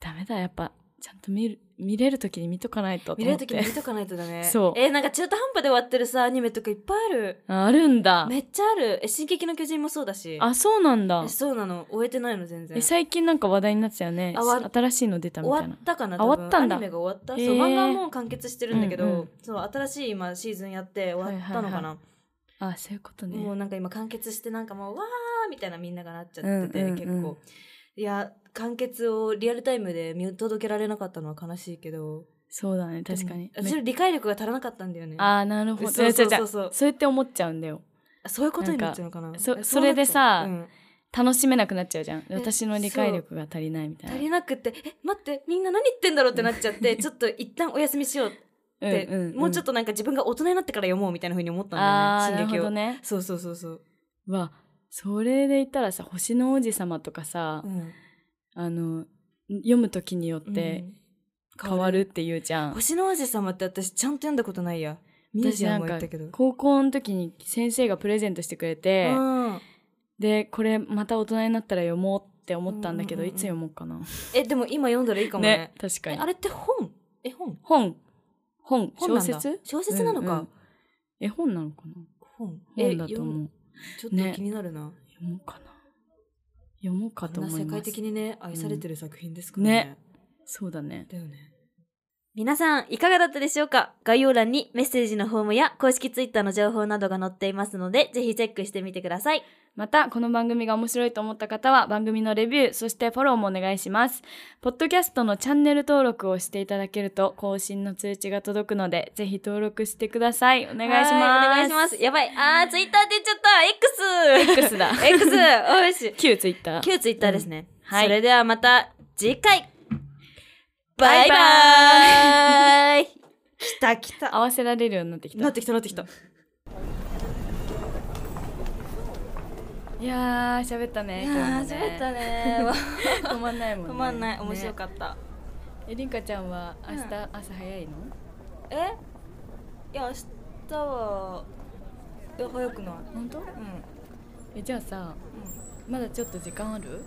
Speaker 1: ダメだ、やっぱ、ちゃんと見る、見れる時に見とかないとと
Speaker 2: 見
Speaker 1: 思
Speaker 2: れ
Speaker 1: っ
Speaker 2: る
Speaker 1: て。
Speaker 2: とき見とかないとだね。
Speaker 1: そう
Speaker 2: えー、なんか中途半端で終わってるさ、アニメとかいっぱいある。
Speaker 1: ああるんだ。
Speaker 2: めっちゃある。え、進撃の巨人もそうだし。
Speaker 1: あ、そうなんだ
Speaker 2: え、。そうなの。終えてないの、全然。
Speaker 1: え、
Speaker 2: 終
Speaker 1: 最近なんか話題になってたよね。
Speaker 2: あわ
Speaker 1: 新しいの出たみたい
Speaker 2: わ
Speaker 1: な
Speaker 2: っ。たかな
Speaker 1: あ
Speaker 2: 多分
Speaker 1: 終わったんだ
Speaker 2: アニメが終わった。
Speaker 1: へ
Speaker 2: そう、
Speaker 1: ー
Speaker 2: 漫画はもう完結してるんだけど、
Speaker 1: うんうん
Speaker 2: そう、新しい今シーズンやって終わったの
Speaker 1: は
Speaker 2: かな。
Speaker 1: いはいはあ、そういうことね。
Speaker 2: もうなんか今完結してなんかもうわーみたいなみんながなっちゃってて、
Speaker 1: うんうんうん
Speaker 2: 結構いや完結をリアルタイムで見届けられなかったのは悲しいけど
Speaker 1: そうだね、確かに。
Speaker 2: でも私の理解力が足らなかったんだよね
Speaker 1: あー、なるほど。
Speaker 2: そうそうそう
Speaker 1: 違う違う違うそうやって思っちゃうんだよ。
Speaker 2: あそういうことになっちゃうのかな
Speaker 1: かそ
Speaker 2: え
Speaker 1: それでさ
Speaker 2: うなっち
Speaker 1: 楽しめなくなっちゃうじゃん。私の理解力が足りないみた
Speaker 2: ゃう
Speaker 1: い
Speaker 2: うん
Speaker 1: な。
Speaker 2: 足りなくてえ待ってみんな何言ってんだろうってなっちゃって ちょっと一旦お休みしようって、
Speaker 1: うんうんうん
Speaker 2: もうちょっとなんか自分が大人になってから読もうみたいなふうに思った
Speaker 1: あ
Speaker 2: ん
Speaker 1: ー、
Speaker 2: だ
Speaker 1: な
Speaker 2: よね
Speaker 1: るほ
Speaker 2: 進撃を、
Speaker 1: どね。
Speaker 2: そうそうそうそう、
Speaker 1: わ、それで言ったらさ、星の王子様とかさ、あの、読む時によって変わるっていうじゃん。
Speaker 2: 星の王子様って私ちゃんと読んだことないやミュー
Speaker 1: 私
Speaker 2: ジ
Speaker 1: な
Speaker 2: アム
Speaker 1: ん
Speaker 2: は
Speaker 1: か
Speaker 2: 行ったけど
Speaker 1: 高校の時に先生がプレゼントしてくれて、
Speaker 2: うん
Speaker 1: でこれまた大人になったら読もうって思ったんだけど、
Speaker 2: うんうんう
Speaker 1: い
Speaker 2: ん
Speaker 1: つ読もうかな
Speaker 2: えでも今読んだらいいかもね
Speaker 1: ね確か
Speaker 2: え
Speaker 1: に
Speaker 2: あれって本え本
Speaker 1: 本本
Speaker 2: 本
Speaker 1: 小
Speaker 2: なんだ
Speaker 1: 説
Speaker 2: 小説なの
Speaker 1: うんう
Speaker 2: か
Speaker 1: ん、絵本なのかな
Speaker 2: 本え
Speaker 1: 本だと
Speaker 2: 読
Speaker 1: 思
Speaker 2: む
Speaker 1: う
Speaker 2: ちょっと気になるな、
Speaker 1: 読もうかな読もうかと
Speaker 2: こんな
Speaker 1: 思い
Speaker 2: 世
Speaker 1: ま
Speaker 2: 界
Speaker 1: す
Speaker 2: 的にね愛されてる作品ですからね,、
Speaker 1: そうだね
Speaker 2: だよね皆さんいかがだったでしょうか概要欄にメッセージのフォームや公式ツイッターの情報などが載っていますのでぜひチェックしてみてください
Speaker 1: またこの番組が面白いと思った方は番組のレビューそしてフォローもお願いしますポッドキャストのチャンネル登録をしていただけると更新の通知が届くのでぜひ登録してくださいお願いします
Speaker 2: はーお願いしますやばいあーツイッターって言っちゃった X
Speaker 1: X だ
Speaker 2: X おいし
Speaker 1: 旧ツイッター
Speaker 2: 旧ツイッターですね、
Speaker 1: うんはい
Speaker 2: それではまた次回バ
Speaker 1: バ
Speaker 2: イ
Speaker 1: イ
Speaker 2: バイ来た来た
Speaker 1: 合わせられるようになってきた
Speaker 2: てきたなってき た
Speaker 1: いやー喋ったね今日もね
Speaker 2: 喋った ね
Speaker 1: 止まんないもん
Speaker 2: 止
Speaker 1: ね
Speaker 2: まんない面白
Speaker 1: っ
Speaker 2: かった、
Speaker 1: たえりんかちゃんは明日朝早いの
Speaker 2: えいや明日はえ早くない
Speaker 1: 本当
Speaker 2: うん
Speaker 1: えじゃあさまだちょっと時間ある